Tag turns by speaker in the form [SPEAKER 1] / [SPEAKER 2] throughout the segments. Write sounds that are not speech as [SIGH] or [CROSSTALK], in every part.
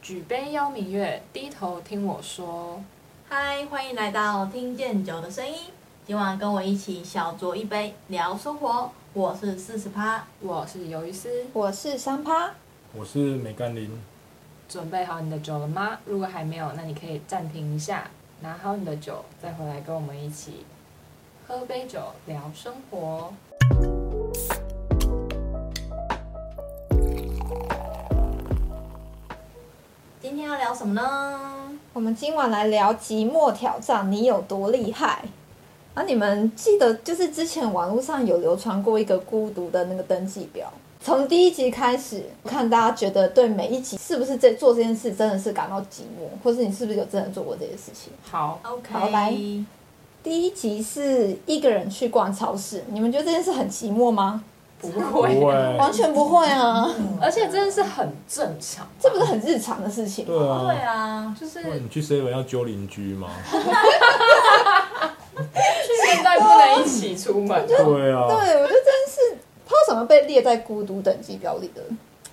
[SPEAKER 1] 举杯邀明月，低头听我说。
[SPEAKER 2] 嗨，欢迎来到听见酒的声音。今晚跟我一起小酌一杯，聊生活。我是四十趴，
[SPEAKER 1] 我是鱿鱼丝，
[SPEAKER 3] 我是三趴，
[SPEAKER 4] 我是梅甘霖，
[SPEAKER 1] 准备好你的酒了吗？如果还没有，那你可以暂停一下，拿好你的酒，再回来跟我们一起喝杯酒聊生活。
[SPEAKER 2] 今天要聊什么呢？
[SPEAKER 3] 我们今晚来聊寂寞挑战，你有多厉害？啊，你们记得就是之前网络上有流传过一个孤独的那个登记表，从第一集开始，我看大家觉得对每一集是不是这做这件事真的是感到寂寞，或是你是不是有真的做过这些事情？
[SPEAKER 1] 好，
[SPEAKER 2] OK，
[SPEAKER 3] 好来第一集是一个人去逛超市，你们觉得这件事很寂寞吗？
[SPEAKER 1] 不
[SPEAKER 4] 不
[SPEAKER 1] 会，
[SPEAKER 4] 会，
[SPEAKER 3] 完全不会啊，
[SPEAKER 1] 而且真的是很正常，
[SPEAKER 3] 这不是很日常的事情吗？
[SPEAKER 4] 对
[SPEAKER 2] 对
[SPEAKER 4] 啊，
[SPEAKER 2] 啊，
[SPEAKER 1] 就是
[SPEAKER 4] 不然你去 seven 要揪邻居吗？
[SPEAKER 1] 现在不能一起出门。
[SPEAKER 4] 对
[SPEAKER 3] [LAUGHS] 对，
[SPEAKER 4] 啊，
[SPEAKER 3] 我觉得这件事不知道怎么被列在孤独等级表里的，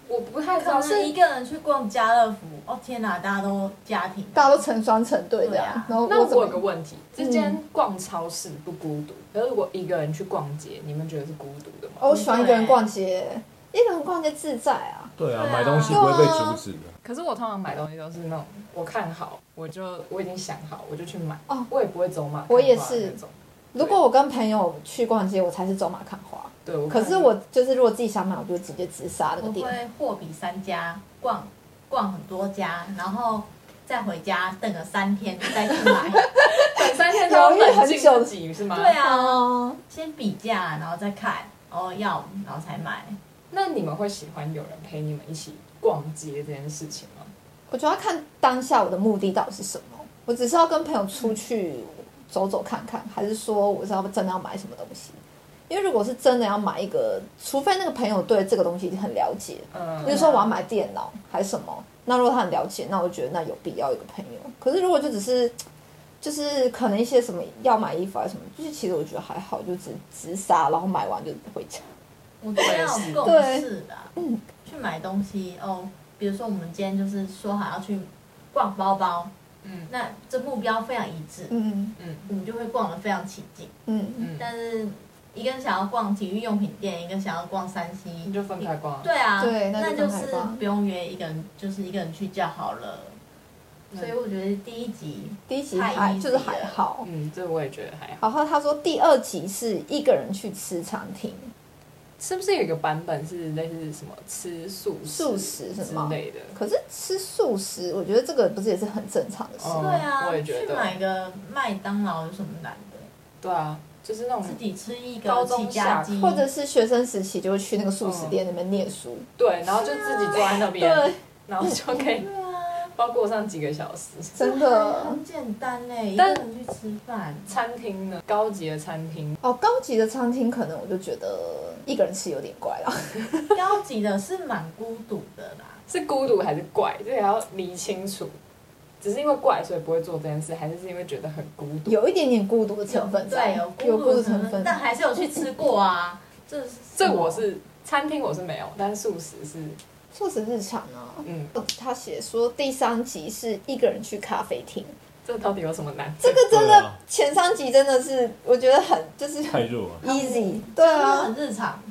[SPEAKER 1] 我不太知
[SPEAKER 2] 可
[SPEAKER 1] 道
[SPEAKER 2] 是
[SPEAKER 1] 是
[SPEAKER 2] 一个人去逛家乐福，哦天哪，大家都家庭，
[SPEAKER 3] 大家都成双成对的
[SPEAKER 2] 对啊
[SPEAKER 3] 呀。然后
[SPEAKER 1] 那
[SPEAKER 3] 我怎
[SPEAKER 1] 我
[SPEAKER 3] 么哦嗯
[SPEAKER 1] 有个问题，之间逛超市不孤独，可是如果一个人去逛街，你们觉得是孤独的吗？
[SPEAKER 3] 哦我喜欢一个人逛街，一个人逛街自在啊。
[SPEAKER 4] 对啊，
[SPEAKER 2] 对啊
[SPEAKER 4] 买东西不会被阻止的。
[SPEAKER 1] 可是我通常买东西都是那种，我看好，我就我已经想好，我就去买。
[SPEAKER 3] 哦
[SPEAKER 1] 我也不会走马看花
[SPEAKER 3] 我也是
[SPEAKER 1] 那种。
[SPEAKER 3] 如果我跟朋友去逛街，我才是走马看花。
[SPEAKER 1] 对，我
[SPEAKER 3] 可是我就是如果自己想买，我就直接直杀
[SPEAKER 2] 我
[SPEAKER 3] 那个店。
[SPEAKER 2] 会货比三家，逛逛很多家，然后再回家等个三天再去
[SPEAKER 3] [LAUGHS]
[SPEAKER 2] 买。
[SPEAKER 1] 等三天都 [LAUGHS] 要冷静
[SPEAKER 3] 犹豫
[SPEAKER 1] 自
[SPEAKER 3] 很
[SPEAKER 1] 己是吗？
[SPEAKER 2] 对。啊，
[SPEAKER 3] 啊，
[SPEAKER 2] 先比价，然后再看，哦要，然后才买。
[SPEAKER 1] 那你们会喜欢有人陪你们一起逛街这件事情吗？
[SPEAKER 3] 我觉得要看当下我的目的到底是什么。我只是要跟朋友出去走走看看，还是说我是要真的要买什么东西？因为如果是真的要买一个，除非那个朋友对这个东西很了解，
[SPEAKER 1] 嗯，
[SPEAKER 3] 比如说我要买电脑还是什么，那如果他很了解，那我觉得那有必要一个朋友。可是如果就只是就是可能一些什么要买衣服啊什么，就是其实我觉得还好，就只直杀，然后买完就回家。
[SPEAKER 2] 我觉得要有共识的、去买东西哦，比如说我们今天就是说好要去逛包包，
[SPEAKER 1] 嗯
[SPEAKER 2] 那这目标非常一致，
[SPEAKER 3] 嗯
[SPEAKER 1] 嗯
[SPEAKER 2] 我们就会逛得非常起劲。
[SPEAKER 3] 嗯，
[SPEAKER 1] 嗯，
[SPEAKER 2] 但是一个想要逛体育用品店，一个想要逛山西，
[SPEAKER 1] 你就分开逛啊。
[SPEAKER 2] 对啊，
[SPEAKER 3] 对那
[SPEAKER 2] 那
[SPEAKER 3] 就
[SPEAKER 2] 就
[SPEAKER 3] 分
[SPEAKER 2] 是
[SPEAKER 3] 开逛
[SPEAKER 2] 不用约一个人，就是一个人去就好了。
[SPEAKER 1] 嗯
[SPEAKER 2] 所以我觉得第一集
[SPEAKER 3] 第一集
[SPEAKER 2] 太
[SPEAKER 3] 还
[SPEAKER 2] easy
[SPEAKER 3] 就是还
[SPEAKER 2] 了
[SPEAKER 3] 好。
[SPEAKER 1] 嗯，这我也觉得还好。
[SPEAKER 3] 然后他说第二集是一个人去吃餐厅，
[SPEAKER 1] 是不是有一个版本是类似什么吃素食
[SPEAKER 3] 素食是
[SPEAKER 1] 之
[SPEAKER 3] 吗
[SPEAKER 1] 类的？
[SPEAKER 3] 可是吃素食，我觉得这个不是也是很正常的事。
[SPEAKER 1] 哦
[SPEAKER 2] 对啊
[SPEAKER 1] 我，也觉
[SPEAKER 2] 去
[SPEAKER 1] 得
[SPEAKER 2] 买个麦当劳有什么难的？
[SPEAKER 1] 对啊，就是那种
[SPEAKER 2] 自己吃一
[SPEAKER 1] 高
[SPEAKER 2] 个
[SPEAKER 1] 中
[SPEAKER 2] 起家鸡，
[SPEAKER 3] 或者是学生时期就会去那个素食店那边念书，
[SPEAKER 1] 对，然后就自己坐在那 [LAUGHS] 边，
[SPEAKER 3] 对，
[SPEAKER 1] 然后就可以
[SPEAKER 2] 对啊，
[SPEAKER 1] 包括上几个小时。
[SPEAKER 3] 真
[SPEAKER 2] 这还
[SPEAKER 3] 的
[SPEAKER 2] 很简单欸嘞，一个
[SPEAKER 1] 但
[SPEAKER 2] 人去吃饭，
[SPEAKER 1] 餐厅呢，高级的餐厅，
[SPEAKER 3] 哦，高级的餐厅可能我就觉得一个人吃有点怪了。 [LAUGHS]
[SPEAKER 2] 高级的是蛮孤独的啦。
[SPEAKER 1] 是孤独还是怪，这个要理清楚。只是因为怪，所以不会做这件事，还是是因为觉得很孤独？
[SPEAKER 3] 有一点点孤独的成分在，
[SPEAKER 2] 有对
[SPEAKER 3] 有
[SPEAKER 2] 孤独的
[SPEAKER 3] 成
[SPEAKER 2] 成
[SPEAKER 3] 分啊
[SPEAKER 2] 分，。但还是有去吃过啊。这
[SPEAKER 3] [LAUGHS]
[SPEAKER 2] 是
[SPEAKER 1] 这我是餐厅我是没有，但是素食是，
[SPEAKER 3] 素食日常啊，
[SPEAKER 1] 嗯，
[SPEAKER 3] 他写说第三集是一个人去咖啡厅，
[SPEAKER 1] 这到底有什么难？
[SPEAKER 3] 这个真
[SPEAKER 4] 哎对
[SPEAKER 3] 的
[SPEAKER 4] 啊
[SPEAKER 3] 前三集真的是我觉得很就是
[SPEAKER 4] 太弱了，
[SPEAKER 3] easy，对啊
[SPEAKER 2] 很，日常，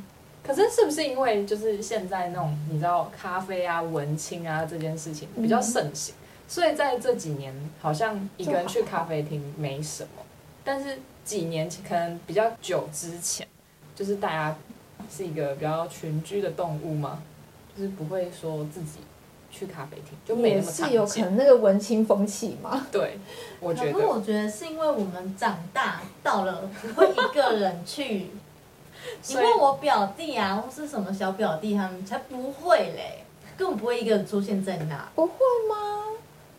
[SPEAKER 1] 可是是不是因为就是现在那种你知道咖啡啊、文青啊这件事情
[SPEAKER 3] 嗯
[SPEAKER 1] 比较盛行，所以在这几年好像一个人去咖啡厅没什么，但是几年前可能比较久之前，就是大家是一个比较群居的动物嘛，就是不会说自己去咖啡厅就没
[SPEAKER 3] 也
[SPEAKER 1] 那么
[SPEAKER 3] 是有
[SPEAKER 1] 常
[SPEAKER 3] 可
[SPEAKER 1] 见。
[SPEAKER 3] 能那个文青风气嘛。
[SPEAKER 1] 对，我
[SPEAKER 2] 可
[SPEAKER 1] 觉
[SPEAKER 2] 是
[SPEAKER 1] 得
[SPEAKER 2] 我觉得是因为我们长大到了会一个人
[SPEAKER 3] [LAUGHS]
[SPEAKER 2] 去。你
[SPEAKER 1] 所以
[SPEAKER 2] 问我表弟啊，或是什么小表弟，他们才不会嘞，更不会一个人出现在那。
[SPEAKER 3] [LAUGHS] 不会吗？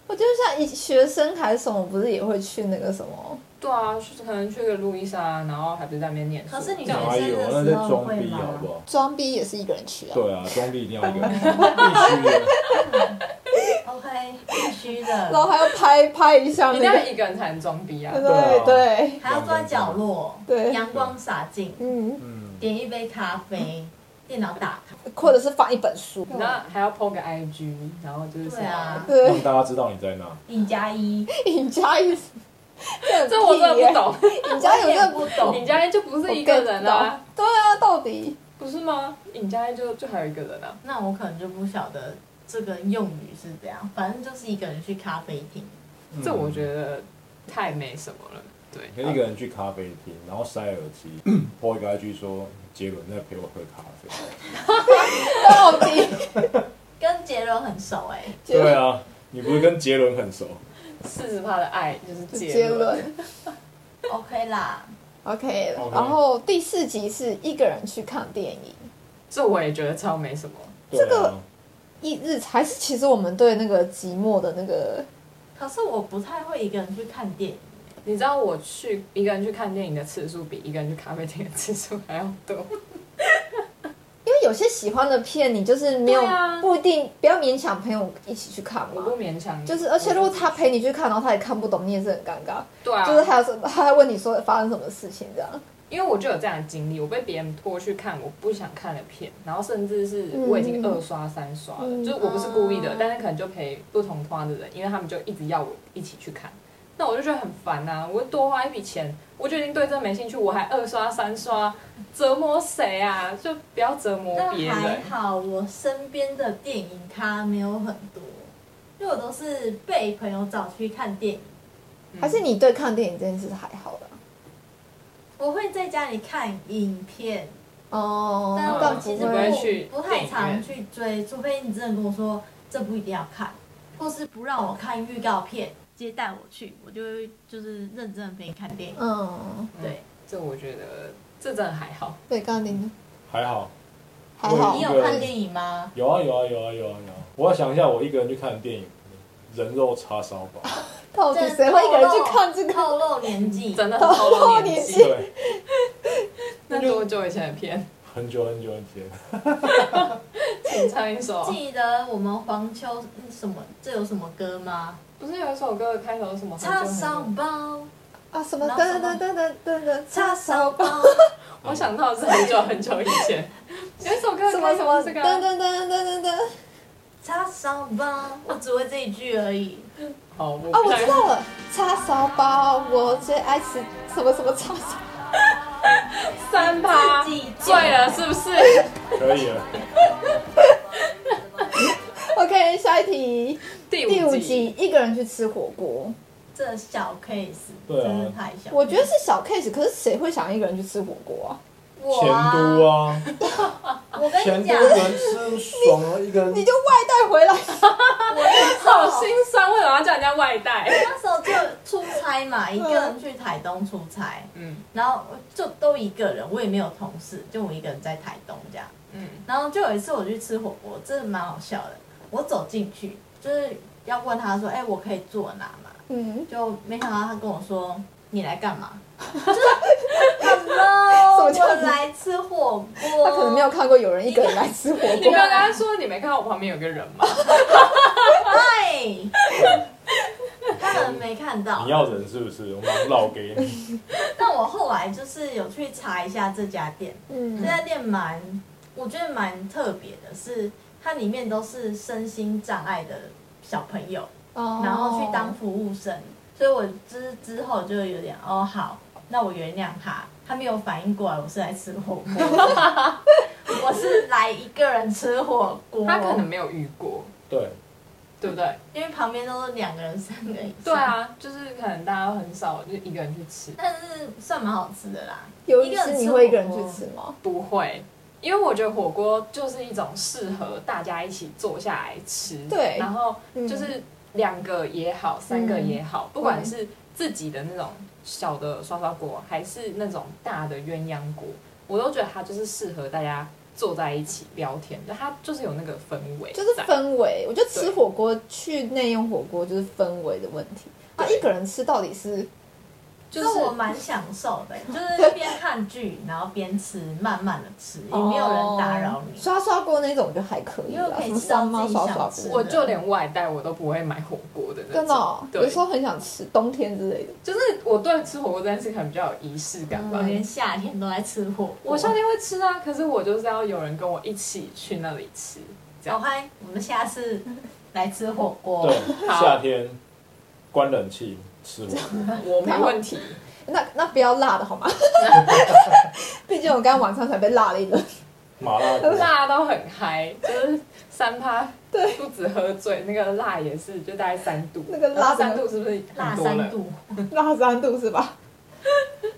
[SPEAKER 3] 我觉得像以学生还是什么，不是也会去那个什么？
[SPEAKER 1] 对啊，就是可能去个路易莎，然后还不是在那边念书。
[SPEAKER 2] 可是你
[SPEAKER 1] 这样
[SPEAKER 2] 觉
[SPEAKER 4] 哪
[SPEAKER 2] 得
[SPEAKER 4] 有啊那在装逼好不好？
[SPEAKER 3] 装逼也是一个人去啊。
[SPEAKER 4] 对啊，装逼一定要一个人，必须的。
[SPEAKER 2] OK，必哦须
[SPEAKER 3] 然
[SPEAKER 2] 的，
[SPEAKER 3] 后还要拍拍一下
[SPEAKER 1] 一
[SPEAKER 3] 那
[SPEAKER 1] 定要
[SPEAKER 3] 个，
[SPEAKER 1] 一个人才能装逼啊！
[SPEAKER 3] 对
[SPEAKER 4] 啊
[SPEAKER 3] 对
[SPEAKER 2] 还要坐在角落，
[SPEAKER 3] 对，
[SPEAKER 2] 阳光洒进，
[SPEAKER 3] 嗯，
[SPEAKER 4] 嗯，
[SPEAKER 2] 点一杯咖啡，电脑打开。
[SPEAKER 3] 或者是放一本书，
[SPEAKER 1] 然后还要 PO 个 IG，然后就是什
[SPEAKER 2] 对啊
[SPEAKER 1] 么，
[SPEAKER 4] 让
[SPEAKER 3] 对，
[SPEAKER 4] 大家知道你在哪。
[SPEAKER 2] 一加一，
[SPEAKER 3] 尹佳怡，
[SPEAKER 1] 这我真的不懂，
[SPEAKER 3] 懂，尹佳怡
[SPEAKER 2] 我也
[SPEAKER 3] 真的
[SPEAKER 2] 不
[SPEAKER 3] 不
[SPEAKER 1] [LAUGHS] 尹
[SPEAKER 2] 懂。
[SPEAKER 1] 佳一就不是一个人啊，
[SPEAKER 3] 对啊，到底
[SPEAKER 1] 不是吗？尹佳一就就还有一个人啊，
[SPEAKER 2] 那我可能就不晓得这个用语是怎样，反正就是一个人去咖啡厅。
[SPEAKER 1] 这我觉得太没什么了，对，
[SPEAKER 4] 嗯可以一个人去咖啡厅，然后塞耳机 po 一个 IG 说杰伦在陪我喝咖啡。
[SPEAKER 3] 到底，
[SPEAKER 2] 跟杰伦很熟哎、
[SPEAKER 4] 对啊，你不是跟杰伦很熟？
[SPEAKER 1] 四十趴的爱就是
[SPEAKER 3] 结
[SPEAKER 1] 杰伦，
[SPEAKER 3] 论
[SPEAKER 2] o k 啦，
[SPEAKER 3] OK，
[SPEAKER 4] OK
[SPEAKER 3] 然后第四集是一个人去看电影，
[SPEAKER 1] 这我也觉得超没什么。
[SPEAKER 4] 对啊
[SPEAKER 3] 这个一日还是其实我们对那个寂寞的那个
[SPEAKER 2] 可是我不太会一个人去看电影，
[SPEAKER 1] 你知道我去一个人去看电影的次数比一个人去咖啡厅的次数还要多，
[SPEAKER 3] 因为有些喜欢的片，你就是没有、
[SPEAKER 1] 对啊嗯
[SPEAKER 3] 不一定，不要勉强朋友一起去看
[SPEAKER 1] 我
[SPEAKER 3] 嘛
[SPEAKER 1] 不。勉强你。
[SPEAKER 3] 就是，而且如果他陪你去看，然后他也看不懂，你也是很尴尬。
[SPEAKER 1] 对啊，
[SPEAKER 3] 就是还有什么，他还问你说发生什么事情这样。
[SPEAKER 1] 因为我就有这样的经历，我被别人拖去看我不想看的片，然后甚至是我已经二刷三刷了，
[SPEAKER 3] 嗯
[SPEAKER 1] 就是我不是故意的，
[SPEAKER 2] 嗯
[SPEAKER 1] 但是可能就陪不同团的人，因为他们就一直要我一起去看，那我就觉得很烦呐、我多花一笔钱，我就已经对这没兴趣，我还二刷三刷，折磨谁啊？就不要折磨
[SPEAKER 2] 那
[SPEAKER 1] 别人
[SPEAKER 2] 还。好，我身边的电影咖没有很多，因为我都是被朋友找去看电影。
[SPEAKER 1] 嗯
[SPEAKER 3] 还是你对看电影这件事还好啦。
[SPEAKER 2] 我会在家里看影片，
[SPEAKER 3] 哦，
[SPEAKER 2] 但
[SPEAKER 3] 但
[SPEAKER 2] 我
[SPEAKER 3] 不
[SPEAKER 2] 其实
[SPEAKER 1] 不会
[SPEAKER 3] 会，
[SPEAKER 1] 去
[SPEAKER 2] 不太
[SPEAKER 1] 电影
[SPEAKER 2] 常
[SPEAKER 1] 院
[SPEAKER 2] 去追，除非你真的跟我说这部一定要看，或是不让我看预告片，直接带我去，我就会就是认真的陪你看电影。
[SPEAKER 3] 嗯，
[SPEAKER 2] 对，
[SPEAKER 1] 这我觉得这真的还好，
[SPEAKER 3] 对看电影
[SPEAKER 4] 还好。
[SPEAKER 3] 还
[SPEAKER 4] 哦
[SPEAKER 3] 好
[SPEAKER 2] 你。
[SPEAKER 4] 也
[SPEAKER 2] 有看电影吗？
[SPEAKER 4] 有啊有啊有啊有啊有啊！我要想一下，我一个人去看的电影，人肉叉烧包。
[SPEAKER 3] 到底谁会一个人去看这个？
[SPEAKER 2] 透露年纪？
[SPEAKER 1] 嗯真的
[SPEAKER 3] [LAUGHS]
[SPEAKER 1] 很透露年
[SPEAKER 3] 哦
[SPEAKER 1] 纪。
[SPEAKER 4] 对，
[SPEAKER 1] 那多久以前的片？
[SPEAKER 4] 很久很久很久以前。
[SPEAKER 1] 请唱一首。
[SPEAKER 2] 记得我们黄秋嗯什么？这有什么歌吗？
[SPEAKER 1] 不是有一首歌的开头是什么？
[SPEAKER 2] 叉烧包，
[SPEAKER 3] 啊，什么
[SPEAKER 2] 然
[SPEAKER 3] 噔
[SPEAKER 2] 后什么
[SPEAKER 3] 噔噔噔噔噔，
[SPEAKER 2] 叉烧
[SPEAKER 3] 叉烧包，
[SPEAKER 2] 包，
[SPEAKER 1] 我想到是很久很久以前， [LAUGHS] 有一首歌
[SPEAKER 3] 什么什么
[SPEAKER 1] 这
[SPEAKER 3] 噔
[SPEAKER 1] 个
[SPEAKER 3] 噔
[SPEAKER 1] 啊，
[SPEAKER 3] 噔噔噔噔。
[SPEAKER 2] 叉烧包，我只会这一句而已。
[SPEAKER 1] 好，我
[SPEAKER 3] 哦，
[SPEAKER 1] 不
[SPEAKER 3] 我
[SPEAKER 1] 太
[SPEAKER 3] 知道了，叉烧包，我最爱吃什么什么叉烧。
[SPEAKER 1] 三趴
[SPEAKER 2] 自己
[SPEAKER 1] 醉了是不是？
[SPEAKER 4] 可以了。
[SPEAKER 3] OK，下一题，
[SPEAKER 1] 第
[SPEAKER 3] 第
[SPEAKER 1] 五
[SPEAKER 3] 五
[SPEAKER 1] 集
[SPEAKER 3] 集一个人去吃火锅，
[SPEAKER 2] 这小 case
[SPEAKER 4] 对啊
[SPEAKER 2] 真的太小。
[SPEAKER 3] 我觉得是小 case，可是谁会想一个人去吃火锅啊？
[SPEAKER 2] 我
[SPEAKER 4] 前都，啊，
[SPEAKER 2] 我跟
[SPEAKER 4] 前
[SPEAKER 2] 你
[SPEAKER 4] 都
[SPEAKER 2] 讲，
[SPEAKER 4] 一个人吃爽了，一个人
[SPEAKER 3] 你就外带回来，
[SPEAKER 1] 好心酸，为什么要叫人家外带？
[SPEAKER 2] 那时候就出差嘛，一个人去台东出差，
[SPEAKER 1] 嗯
[SPEAKER 2] 然后就都一个人，我也没有同事，就我一个人在台东这样。
[SPEAKER 1] 嗯，
[SPEAKER 2] 然后就有一次我去吃火锅，真的蛮好笑的。我走进去就是要问他说：“哎、我可以坐哪嘛
[SPEAKER 3] 嗯？”，
[SPEAKER 2] 就没想到他跟我说：“你来干嘛？”
[SPEAKER 3] 什
[SPEAKER 2] Hello，
[SPEAKER 3] 么叫
[SPEAKER 2] 我来吃火锅。
[SPEAKER 3] 他可能没有看过有人一个人来吃火
[SPEAKER 1] 你没有
[SPEAKER 3] 锅。
[SPEAKER 1] 跟他说你没看到我旁边有个人吗？
[SPEAKER 2] 嗨，哎他可能没看到。
[SPEAKER 4] 你要人是不是？我马上绕给你。
[SPEAKER 2] 但我后来就是有去查一下这家店，这
[SPEAKER 3] 嗯，
[SPEAKER 2] 家店蛮，我觉得蛮特别的是，它里面都是身心障碍的小朋友，
[SPEAKER 3] 哦
[SPEAKER 2] 然后去当服务生，所以我之之后就有点哦好，那我原谅他，他没有反应过来我是来吃火锅，
[SPEAKER 1] [LAUGHS]
[SPEAKER 2] 我是来一个人吃火锅，
[SPEAKER 1] 他可能没有遇过，
[SPEAKER 4] 对，
[SPEAKER 1] 对不对？
[SPEAKER 2] 因为旁边都是两个人、三个人，
[SPEAKER 1] 对，啊，就是可能大家很少就一个人去吃，
[SPEAKER 2] 但是算蛮好吃的啦，
[SPEAKER 3] 有
[SPEAKER 2] 一
[SPEAKER 3] 一
[SPEAKER 2] 个人
[SPEAKER 3] 次
[SPEAKER 2] 吃
[SPEAKER 3] 你会一个人去
[SPEAKER 2] 火锅
[SPEAKER 3] 吃吗？
[SPEAKER 1] 不会。因为我觉得火锅就是一种适合大家一起坐下来吃，
[SPEAKER 3] 对
[SPEAKER 1] 然后
[SPEAKER 3] 嗯
[SPEAKER 1] 就是两个也好，三个也好，不管是自己的那种小的刷刷锅，还是那种大的鸳鸯锅，我都觉得它就是适合大家坐在一起聊天，就它就是有那个氛围在，
[SPEAKER 3] 就是氛围，我觉得吃
[SPEAKER 1] 对
[SPEAKER 3] 火锅去内用火锅就是氛围的问题。啊，
[SPEAKER 1] 对
[SPEAKER 3] 一个人吃到底是
[SPEAKER 1] 就
[SPEAKER 2] 这我
[SPEAKER 1] 是
[SPEAKER 2] 蛮享受的，
[SPEAKER 1] [LAUGHS]
[SPEAKER 2] 就是边看剧，然后边吃，慢慢的吃，也
[SPEAKER 1] 哦
[SPEAKER 2] 没有人打扰你。
[SPEAKER 3] 哦刷刷锅那种就还可以
[SPEAKER 2] 因为
[SPEAKER 3] 了，
[SPEAKER 2] 可以吃到
[SPEAKER 3] 什么三猫
[SPEAKER 2] 自己想
[SPEAKER 3] 刷刷
[SPEAKER 2] 吃的
[SPEAKER 3] 锅，
[SPEAKER 1] 我就连外带我都不会买火锅的那种。
[SPEAKER 3] 真的哦、
[SPEAKER 1] 对
[SPEAKER 3] 有时，候很想吃冬天之类的。
[SPEAKER 1] 就是我对吃火锅这件事情可能比较有仪式感吧。
[SPEAKER 3] 嗯
[SPEAKER 2] 我连夏天都在吃火锅。
[SPEAKER 1] 嗯我夏天会吃啊，可是我就是要有人跟我一起去那里
[SPEAKER 3] [LAUGHS]
[SPEAKER 1] 吃。这
[SPEAKER 2] 小
[SPEAKER 1] 样
[SPEAKER 2] 欢，哦我们下次来吃火锅。
[SPEAKER 4] 对，夏天关冷气吃火锅，
[SPEAKER 1] 我没问
[SPEAKER 3] [LAUGHS]
[SPEAKER 1] 题，
[SPEAKER 3] 那那不要辣的好吗？
[SPEAKER 2] [LAUGHS]
[SPEAKER 3] 毕竟我刚刚晚上才被辣了一
[SPEAKER 2] [LAUGHS]
[SPEAKER 3] 顿。
[SPEAKER 4] 麻辣锅，
[SPEAKER 1] 辣到很嗨，就是三趴，对，不止喝醉，那个辣也是，就大概三度，
[SPEAKER 3] 那个辣
[SPEAKER 1] 然后三度是不是
[SPEAKER 2] 辣
[SPEAKER 1] 很多
[SPEAKER 2] 三
[SPEAKER 1] 了？
[SPEAKER 2] 度，
[SPEAKER 3] 辣三度是吧？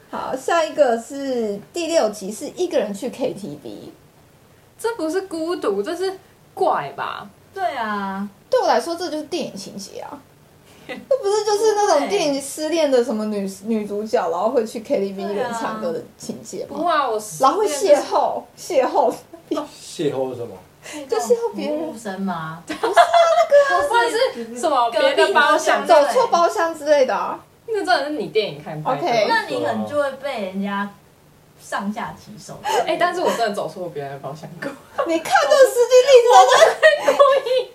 [SPEAKER 3] 好，下一个是第六集，是一个人去 KTV。
[SPEAKER 1] 这不是孤独，这是怪吧？
[SPEAKER 2] 对啊，
[SPEAKER 3] 对我来说，这就是电影情节啊。这不是就是那种电影失恋的什么女女主角，然后会去 KTV 一个人唱歌的情节
[SPEAKER 1] 不
[SPEAKER 3] 吗？
[SPEAKER 1] 会啊，我
[SPEAKER 3] 然后会邂逅，邂�逅
[SPEAKER 4] 邂逅是什么？
[SPEAKER 3] 就邂逅别
[SPEAKER 2] 服务
[SPEAKER 3] 人，
[SPEAKER 2] 生吗？
[SPEAKER 1] 或者是什么别的包厢，
[SPEAKER 3] 走错包厢之类的啊。
[SPEAKER 1] 那真的是你电影看拍的。
[SPEAKER 3] OK
[SPEAKER 2] 那你可能就会被人家上下其手。
[SPEAKER 1] 哎、但是我真的走错别人的包厢过， [LAUGHS]
[SPEAKER 3] 你看这个失去例子，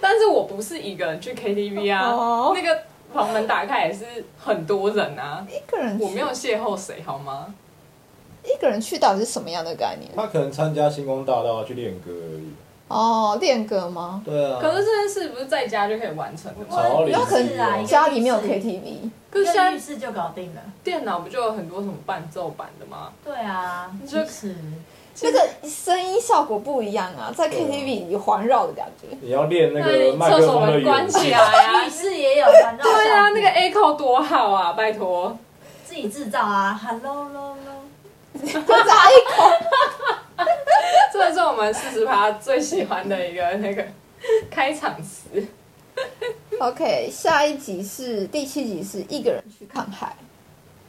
[SPEAKER 1] 但是我不是一个人去 KTV 啊
[SPEAKER 3] 哦
[SPEAKER 1] 那个房门打开也是很多人啊
[SPEAKER 3] 我，真的一个人去，
[SPEAKER 1] 我没有邂逅谁好吗？
[SPEAKER 3] 一个人去到底是什么样的概念？
[SPEAKER 4] 他可能参加星光大道去练歌而已。
[SPEAKER 3] 哦，练歌吗？
[SPEAKER 4] 对啊，
[SPEAKER 1] 可是这件事不是在家就可以完成的吗？
[SPEAKER 4] 超
[SPEAKER 2] 不
[SPEAKER 4] 理
[SPEAKER 2] 是
[SPEAKER 3] 那可
[SPEAKER 1] 哦
[SPEAKER 2] 啊，
[SPEAKER 4] 能
[SPEAKER 3] 家里没有
[SPEAKER 2] 一个浴室
[SPEAKER 3] KTV，
[SPEAKER 1] 可是
[SPEAKER 2] 一
[SPEAKER 1] 现
[SPEAKER 2] 个
[SPEAKER 1] 在
[SPEAKER 2] 浴室就搞定了。
[SPEAKER 1] 电脑不就有很多什么伴奏版的吗？
[SPEAKER 2] 对啊，
[SPEAKER 1] 就
[SPEAKER 2] 就是
[SPEAKER 3] 那个声音效果不一样啊，在 KTV 有环绕的感觉。
[SPEAKER 4] 你要练那
[SPEAKER 1] 你
[SPEAKER 4] 个麦
[SPEAKER 1] 哎厕
[SPEAKER 4] 克
[SPEAKER 1] 所
[SPEAKER 4] 风的
[SPEAKER 1] 门关
[SPEAKER 4] 远
[SPEAKER 1] 起
[SPEAKER 4] 近
[SPEAKER 1] 来，啊
[SPEAKER 2] 浴！室也有环绕效果，
[SPEAKER 1] 对啊，那个 echo 多好啊，拜托。
[SPEAKER 2] 自己制造啊，hello hello hello。
[SPEAKER 3] 可是啊，一口
[SPEAKER 1] 这是我们四十趴最喜欢的一个那个开场词。
[SPEAKER 3] [LAUGHS] OK，下一集是第七集，是一个人去看海。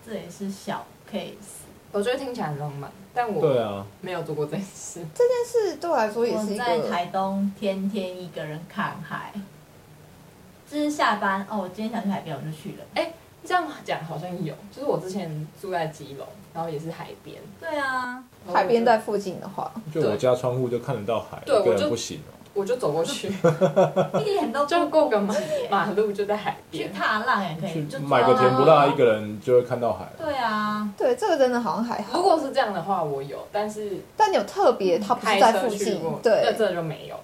[SPEAKER 2] 这也是小 case。
[SPEAKER 1] 我觉得听起来很浪漫，但我
[SPEAKER 4] 对啊，
[SPEAKER 1] 没有做过这件事。
[SPEAKER 3] 这件事对我来说也
[SPEAKER 2] 我
[SPEAKER 3] 是一
[SPEAKER 2] 在
[SPEAKER 3] 个，
[SPEAKER 2] 台东天天一个人看海，就是下班哦，我今天想去海边我就去了。
[SPEAKER 1] 这样讲好像有，就是我之前住在基隆，然后也是海边，
[SPEAKER 2] 对啊，
[SPEAKER 1] 然后我就
[SPEAKER 3] 海边在附近的话，
[SPEAKER 4] 就我家窗户就看得到海，
[SPEAKER 1] 对
[SPEAKER 4] 一个
[SPEAKER 1] 我就
[SPEAKER 4] 人不行哦。
[SPEAKER 1] 我就走过
[SPEAKER 3] [LAUGHS]
[SPEAKER 1] 去，
[SPEAKER 2] 一点
[SPEAKER 1] [LAUGHS]
[SPEAKER 2] 都
[SPEAKER 1] 就
[SPEAKER 2] 不
[SPEAKER 1] 过个马马路就在海
[SPEAKER 2] 去
[SPEAKER 1] 边。
[SPEAKER 2] 踏浪也可
[SPEAKER 4] 去
[SPEAKER 2] 以，就
[SPEAKER 4] 买个甜不
[SPEAKER 2] 抓
[SPEAKER 4] 辣，
[SPEAKER 2] 啊
[SPEAKER 4] 一。个人就会看到海了。
[SPEAKER 2] 对啊，
[SPEAKER 3] 对这个真的好像还
[SPEAKER 1] 如
[SPEAKER 3] 好。
[SPEAKER 1] 果是这样的话，我有，但是
[SPEAKER 3] 但有特别，它不
[SPEAKER 1] 开
[SPEAKER 3] 是在
[SPEAKER 1] 车
[SPEAKER 3] 附
[SPEAKER 1] 去
[SPEAKER 3] 近
[SPEAKER 1] 过，，那
[SPEAKER 3] 对，
[SPEAKER 1] 这就没有。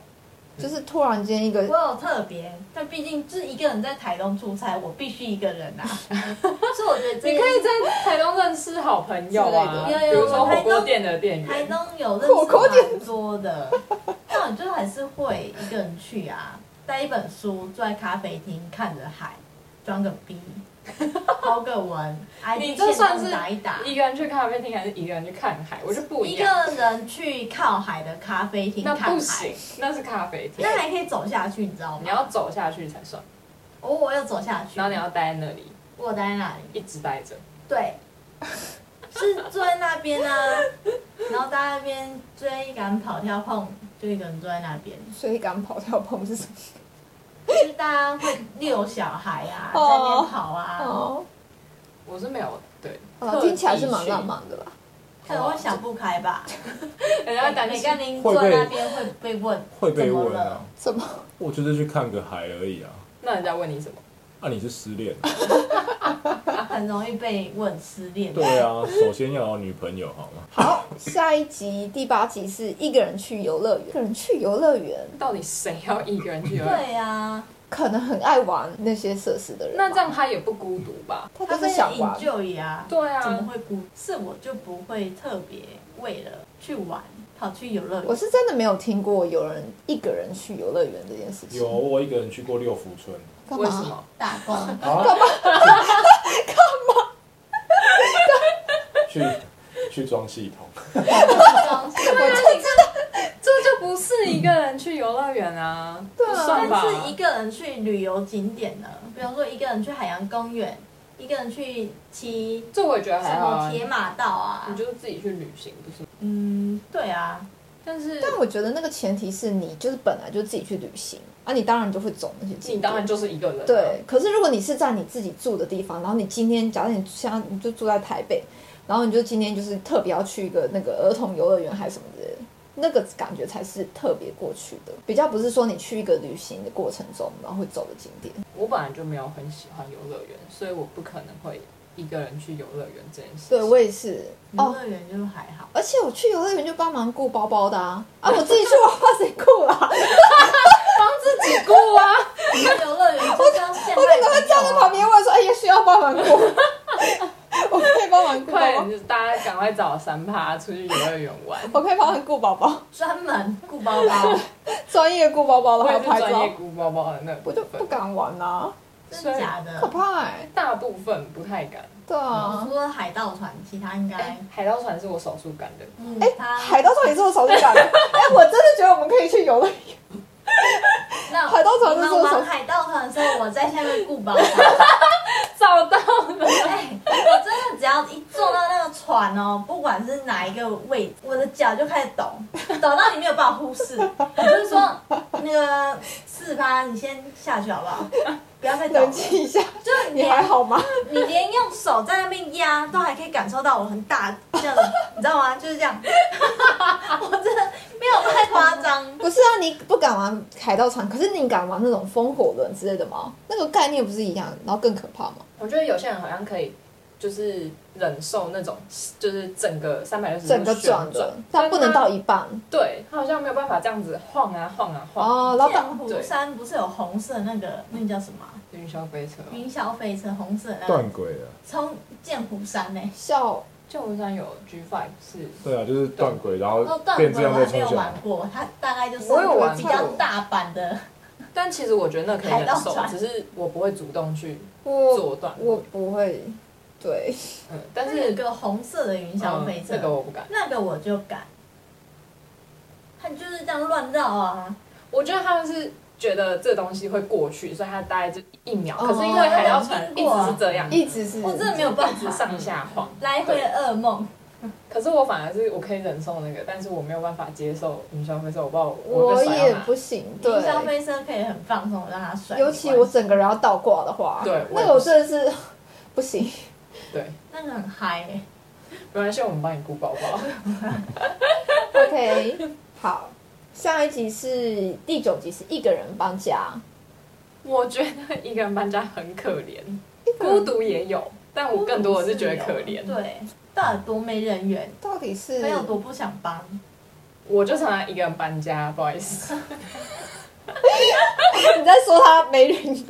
[SPEAKER 3] 就是突然间一个
[SPEAKER 2] 我有特别，但毕竟就是一个人在台东出差，我必须一个人啊。所以我觉得这
[SPEAKER 1] 你可以在台东认识好朋友啊，
[SPEAKER 2] 之类的
[SPEAKER 1] 比如说火锅店的店
[SPEAKER 2] 台
[SPEAKER 1] 员，
[SPEAKER 2] 东有认
[SPEAKER 3] 火锅
[SPEAKER 2] 识蛮多的，但我就还是会一个人去啊，带一本书，坐在咖啡厅看着海，装个逼，抛个文，
[SPEAKER 1] 你
[SPEAKER 2] IG
[SPEAKER 1] 这算
[SPEAKER 2] 线
[SPEAKER 1] 是
[SPEAKER 2] 动打一打。
[SPEAKER 1] 一个人去咖啡厅还是一个人去看海？我就不
[SPEAKER 2] 一
[SPEAKER 1] 一
[SPEAKER 2] 个
[SPEAKER 1] 样，
[SPEAKER 2] 人去靠海的咖啡厅
[SPEAKER 1] 那
[SPEAKER 2] 看
[SPEAKER 1] 不
[SPEAKER 2] 海
[SPEAKER 1] 行，，那是咖啡厅，
[SPEAKER 2] 那还可以走下去，你知道
[SPEAKER 1] 你
[SPEAKER 2] 吗？
[SPEAKER 1] 要走下去才算，
[SPEAKER 2] 哦，我有走下去，
[SPEAKER 1] 然后你要待在那里啊
[SPEAKER 2] 我待在那里，
[SPEAKER 1] 一直待着。
[SPEAKER 2] 对，是坐在那边啊，然后在那边追赶跑跳碰，就一个人坐在那边。
[SPEAKER 3] 追赶跑跳碰是什么？
[SPEAKER 2] 就是大家会遛小孩啊，
[SPEAKER 1] 哦
[SPEAKER 2] 在那边跑
[SPEAKER 1] [LAUGHS]
[SPEAKER 2] 啊，
[SPEAKER 3] 哦，
[SPEAKER 1] 我是没有对，
[SPEAKER 3] 好啦
[SPEAKER 1] 特地
[SPEAKER 3] 哦听起来是蛮浪漫的啦。
[SPEAKER 2] 可能会想不开吧。
[SPEAKER 4] 哦
[SPEAKER 1] 去，
[SPEAKER 4] 啊
[SPEAKER 1] 人家会担
[SPEAKER 2] 每
[SPEAKER 1] 心
[SPEAKER 2] 个人坐在那边会被问，
[SPEAKER 4] 会被
[SPEAKER 2] 怎么
[SPEAKER 4] 问啊
[SPEAKER 2] 了？，
[SPEAKER 3] 什么？
[SPEAKER 4] 我就是去看个海而已啊。
[SPEAKER 1] 那人家问你什么？
[SPEAKER 4] 啊，你是失恋？
[SPEAKER 2] 啊很容易被问失恋。
[SPEAKER 4] 对啊，首先要有女朋友好吗？
[SPEAKER 3] 好，下一集第八集是一个人去游乐园，一个人去游乐园。
[SPEAKER 1] 到底谁要一个人去游乐园？
[SPEAKER 2] 对啊，
[SPEAKER 3] 可能很爱玩那些设施的人吧，
[SPEAKER 1] 那这样他也不孤独吧？
[SPEAKER 3] 他
[SPEAKER 2] 他
[SPEAKER 3] 就是
[SPEAKER 2] 是
[SPEAKER 3] 想玩
[SPEAKER 2] 引，咎也啊，
[SPEAKER 1] 对啊
[SPEAKER 2] 怎么会不？是我就不会特别为了去玩跑去游乐
[SPEAKER 3] 我
[SPEAKER 2] [LAUGHS] 园。
[SPEAKER 3] 是真的没有听过有人一个人去游乐园这件事情。
[SPEAKER 4] 有，我一个人去过六福村
[SPEAKER 3] 干
[SPEAKER 1] 为什
[SPEAKER 3] 嘛？
[SPEAKER 1] 么？
[SPEAKER 2] 打
[SPEAKER 3] 哦
[SPEAKER 1] [LAUGHS]
[SPEAKER 2] 工，
[SPEAKER 4] 啊？去去装系统，
[SPEAKER 1] 对啊，你看，这就不是一个人去游乐园啊，
[SPEAKER 3] [LAUGHS] 对
[SPEAKER 1] 不
[SPEAKER 3] 啊
[SPEAKER 1] 算吧？
[SPEAKER 2] 但是一个人去旅游景点呢，比方说一个人去海洋公园，一个人去骑
[SPEAKER 1] 这我也觉得
[SPEAKER 2] 什
[SPEAKER 1] 还好、
[SPEAKER 2] 么
[SPEAKER 1] 啊，
[SPEAKER 2] 铁马道啊，
[SPEAKER 1] 你就是自己去旅行，不是吗？
[SPEAKER 2] 嗯，对啊，
[SPEAKER 1] 但是
[SPEAKER 3] 但我觉得那个前提是你就是本来就自己去旅行啊，你当然就会走那些景
[SPEAKER 1] 你
[SPEAKER 3] 点。
[SPEAKER 1] 当然就是一个人、啊，
[SPEAKER 3] 对，可是如果你是在你自己住的地方，然后你今天，假如你像你就住在台北，然后你就今天就是特别要去一个那个儿童游乐园还是什么之类的，那个感觉才是特别过去的，比较不是说你去一个旅行的过程中然后会走的景点。
[SPEAKER 1] 我本来就没有很喜欢游乐园，所以我不可能会一个人去游乐园这件事情。
[SPEAKER 3] 对我也是
[SPEAKER 2] 游
[SPEAKER 3] 哦，
[SPEAKER 2] 乐园就还好。
[SPEAKER 3] 而且我去游乐园就帮忙顾包包的啊，啊，我自己去我花谁顾啊？
[SPEAKER 1] 自己过啊，
[SPEAKER 3] [LAUGHS]
[SPEAKER 2] 游乐园就是要现代
[SPEAKER 3] 我怎么会
[SPEAKER 2] 朋友
[SPEAKER 3] 站在旁边问说，哎、需要帮忙顾？ [LAUGHS] 我可以帮忙顾包
[SPEAKER 1] 快
[SPEAKER 3] 包
[SPEAKER 1] 点，，就是大家赶快找三趴出去游乐园玩。
[SPEAKER 3] [LAUGHS] 我可以帮忙顾包包，
[SPEAKER 2] 专门顾包
[SPEAKER 3] [LAUGHS]
[SPEAKER 2] 包，
[SPEAKER 3] 专业顾包包的
[SPEAKER 1] 我
[SPEAKER 3] 还
[SPEAKER 1] 也
[SPEAKER 3] 要
[SPEAKER 1] 是
[SPEAKER 3] 拍
[SPEAKER 1] 专
[SPEAKER 3] 照
[SPEAKER 1] 业。估包包的那部
[SPEAKER 3] 我就不
[SPEAKER 1] 分，
[SPEAKER 3] 敢玩啦、
[SPEAKER 2] 真的假的
[SPEAKER 1] 嗯
[SPEAKER 2] 哦
[SPEAKER 3] 可？怕哎、
[SPEAKER 1] 大部分不太敢。哎
[SPEAKER 3] 对啊
[SPEAKER 2] 除，了海盗船，其他应该，
[SPEAKER 1] 海盗船是我少数敢的，
[SPEAKER 2] 嗯，
[SPEAKER 3] 哎、
[SPEAKER 2] 他
[SPEAKER 3] 海盗船也是我手
[SPEAKER 1] [LAUGHS]
[SPEAKER 3] 机感的。哎、我真的觉得我们可以去游乐园。
[SPEAKER 2] 那
[SPEAKER 3] 海盗船
[SPEAKER 2] 你们
[SPEAKER 3] 是做什
[SPEAKER 2] 玩
[SPEAKER 3] 么？
[SPEAKER 2] 海盗船的时候，我在下面顾包
[SPEAKER 3] [LAUGHS]
[SPEAKER 2] 包。
[SPEAKER 1] 找到了。
[SPEAKER 2] 哎，我真的只要一坐到那个船哦，不管是哪一个位置，我的脚就开始抖，抖到你没有办法忽
[SPEAKER 3] [LAUGHS]
[SPEAKER 2] 视。我就是说，那个四八，你先下去好不好？不要再抖
[SPEAKER 3] 冷
[SPEAKER 2] 了，
[SPEAKER 3] 静
[SPEAKER 1] [LAUGHS]
[SPEAKER 3] 一下，
[SPEAKER 2] 就是
[SPEAKER 3] 你
[SPEAKER 2] 连
[SPEAKER 3] 还好吗？
[SPEAKER 2] 你连用手在那边压，都还可以感受到我很大这样，你知道吗？就是这样，我真的没有太夸
[SPEAKER 1] [LAUGHS]
[SPEAKER 2] 张。
[SPEAKER 3] 不是啊，你不敢玩海盗船，可是你敢玩那种风火轮之类的吗？那个概念不是一样，然后更可怕吗？
[SPEAKER 1] 我觉得有些人好像可以，就是忍受那种，就是整个三百六十
[SPEAKER 3] 整
[SPEAKER 1] 度
[SPEAKER 3] 个
[SPEAKER 1] 嗯旋
[SPEAKER 3] 转的，
[SPEAKER 1] 但
[SPEAKER 3] 但不能到
[SPEAKER 1] 一，
[SPEAKER 3] 一半
[SPEAKER 1] 对他好像没有办法这样子晃啊晃啊晃。
[SPEAKER 3] 哦。老板，
[SPEAKER 2] 剑湖山不是有红色那个那叫什么啊
[SPEAKER 1] 云霄飞车，
[SPEAKER 2] 云霄飞车，红色的那个
[SPEAKER 4] 断轨了。
[SPEAKER 2] 从剑湖山呢、
[SPEAKER 3] 笑
[SPEAKER 1] 旧湖山有 G Five 是
[SPEAKER 4] 对啊，就是断轨，然后
[SPEAKER 2] 哦，断轨
[SPEAKER 4] 变这
[SPEAKER 2] 我
[SPEAKER 4] 样
[SPEAKER 2] 还
[SPEAKER 4] 再
[SPEAKER 2] 没
[SPEAKER 4] 冲
[SPEAKER 2] 有
[SPEAKER 4] 下
[SPEAKER 2] 玩
[SPEAKER 4] 来。
[SPEAKER 2] 过，它大概就是
[SPEAKER 1] 我有玩过
[SPEAKER 2] 比较大版的，
[SPEAKER 1] 但其实我觉得那可以忍
[SPEAKER 2] 海盗
[SPEAKER 1] 受，
[SPEAKER 2] 船
[SPEAKER 1] 只是我不会主动去
[SPEAKER 3] 我
[SPEAKER 1] 做断。
[SPEAKER 3] 我不会，对，
[SPEAKER 1] 嗯，但
[SPEAKER 2] 它有一
[SPEAKER 1] 是
[SPEAKER 2] 个红色的云霄飞
[SPEAKER 1] 嗯
[SPEAKER 2] 车，
[SPEAKER 1] 这个我不敢。
[SPEAKER 2] 那个我就敢，它就是这样乱绕啊，
[SPEAKER 1] 我觉得他们是觉得这东西会过去，所以他大概就一秒。
[SPEAKER 3] 哦
[SPEAKER 1] 可是因为海盗船
[SPEAKER 2] 我
[SPEAKER 1] 一
[SPEAKER 2] 有听过
[SPEAKER 1] 直
[SPEAKER 2] 啊
[SPEAKER 1] 是嗯这样，
[SPEAKER 3] 一直是
[SPEAKER 2] 我真的没有办
[SPEAKER 1] 一直
[SPEAKER 2] 法，
[SPEAKER 1] 上下晃。
[SPEAKER 2] 来回的噩梦。
[SPEAKER 1] 可是我反而是我可以忍受那个，但是我没有办法接受云霄飞车，我不知道我
[SPEAKER 3] 我
[SPEAKER 1] 就甩
[SPEAKER 3] 也
[SPEAKER 1] 到哪
[SPEAKER 3] 不行，对，
[SPEAKER 2] 云霄飞车可以很放松，让它甩。
[SPEAKER 3] 尤其我整个人要倒挂的话，
[SPEAKER 1] 对我
[SPEAKER 3] 那
[SPEAKER 1] 也
[SPEAKER 3] 个我
[SPEAKER 1] 不
[SPEAKER 3] 真的是
[SPEAKER 1] [LAUGHS]
[SPEAKER 3] 不行。
[SPEAKER 1] 对，
[SPEAKER 2] 那个很嗨、欸，
[SPEAKER 1] 没关系，我们帮你顾包包。
[SPEAKER 3] OK，好，下一集是第九集，是一个人搬家，
[SPEAKER 1] [LAUGHS] 我觉得一个人搬家很可怜，孤独也有，但我更多的是觉得可怜。
[SPEAKER 2] 对，到底多没人缘，
[SPEAKER 3] 到底是
[SPEAKER 2] 朋友多不想帮，
[SPEAKER 1] 我就常常一个人搬家，不好意思。
[SPEAKER 3] 你在说他没人 [LAUGHS] 缘，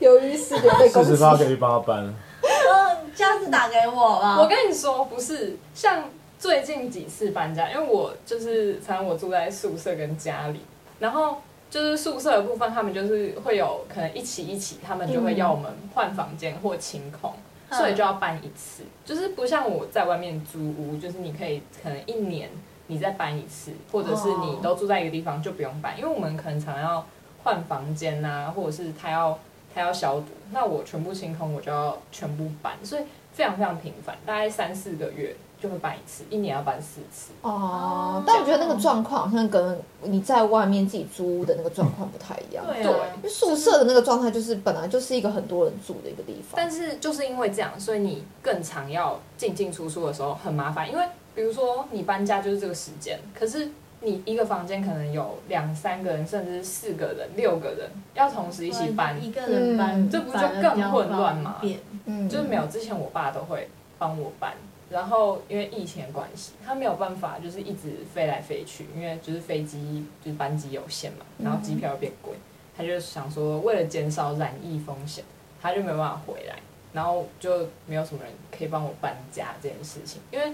[SPEAKER 3] 有有于是的被攻
[SPEAKER 4] 四
[SPEAKER 3] 击
[SPEAKER 4] 十，八可以帮他搬，
[SPEAKER 2] 嗯，下次打给我吧。
[SPEAKER 1] 我跟你说，不是像最近几次搬家，因为我就是反正我住在宿舍跟家里，然后就是宿舍的部分，他们就是会有可能一起一起，他们就会要我们换房间或清空。
[SPEAKER 2] 嗯
[SPEAKER 1] 所以就要搬一次，就是不像我在外面租屋，就是你可以可能一年你再搬一次，或者是你都住在一个地方就不用搬，因为我们可能常要换房间呐、或者是他要他要消毒，那我全部清空，我就要全部搬，所以非常非常频繁，大概三四个月就会搬一次，一年要搬四次。
[SPEAKER 3] 哦，但我觉得那个状况好像跟你在外面自己租屋的那个状况不太一样。
[SPEAKER 2] 对
[SPEAKER 1] 对
[SPEAKER 2] 啊，
[SPEAKER 3] 因为宿舍的那个状态就是本来就是一个很多人住的一个地方，
[SPEAKER 1] 但是就是因为这样，所以你更常要进进出出的时候很麻烦，因为比如说你搬家就是这个时间，可是你一个房间可能有两三个人，甚至四个人、六个人要同时一起搬，
[SPEAKER 2] 一个人搬，
[SPEAKER 3] 嗯
[SPEAKER 1] 这不就更混乱吗
[SPEAKER 2] 反而比较方便
[SPEAKER 3] 嗯，
[SPEAKER 1] 就是没有之前我爸都会帮我搬，然后因为疫情的关系，他没有办法就是一直飞来飞去，因为就是飞机就是班机有限嘛，然后机票又变贵，他就想说为了减少染疫风险，他就没有办法回来，然后就没有什么人可以帮我搬家这件事情，因为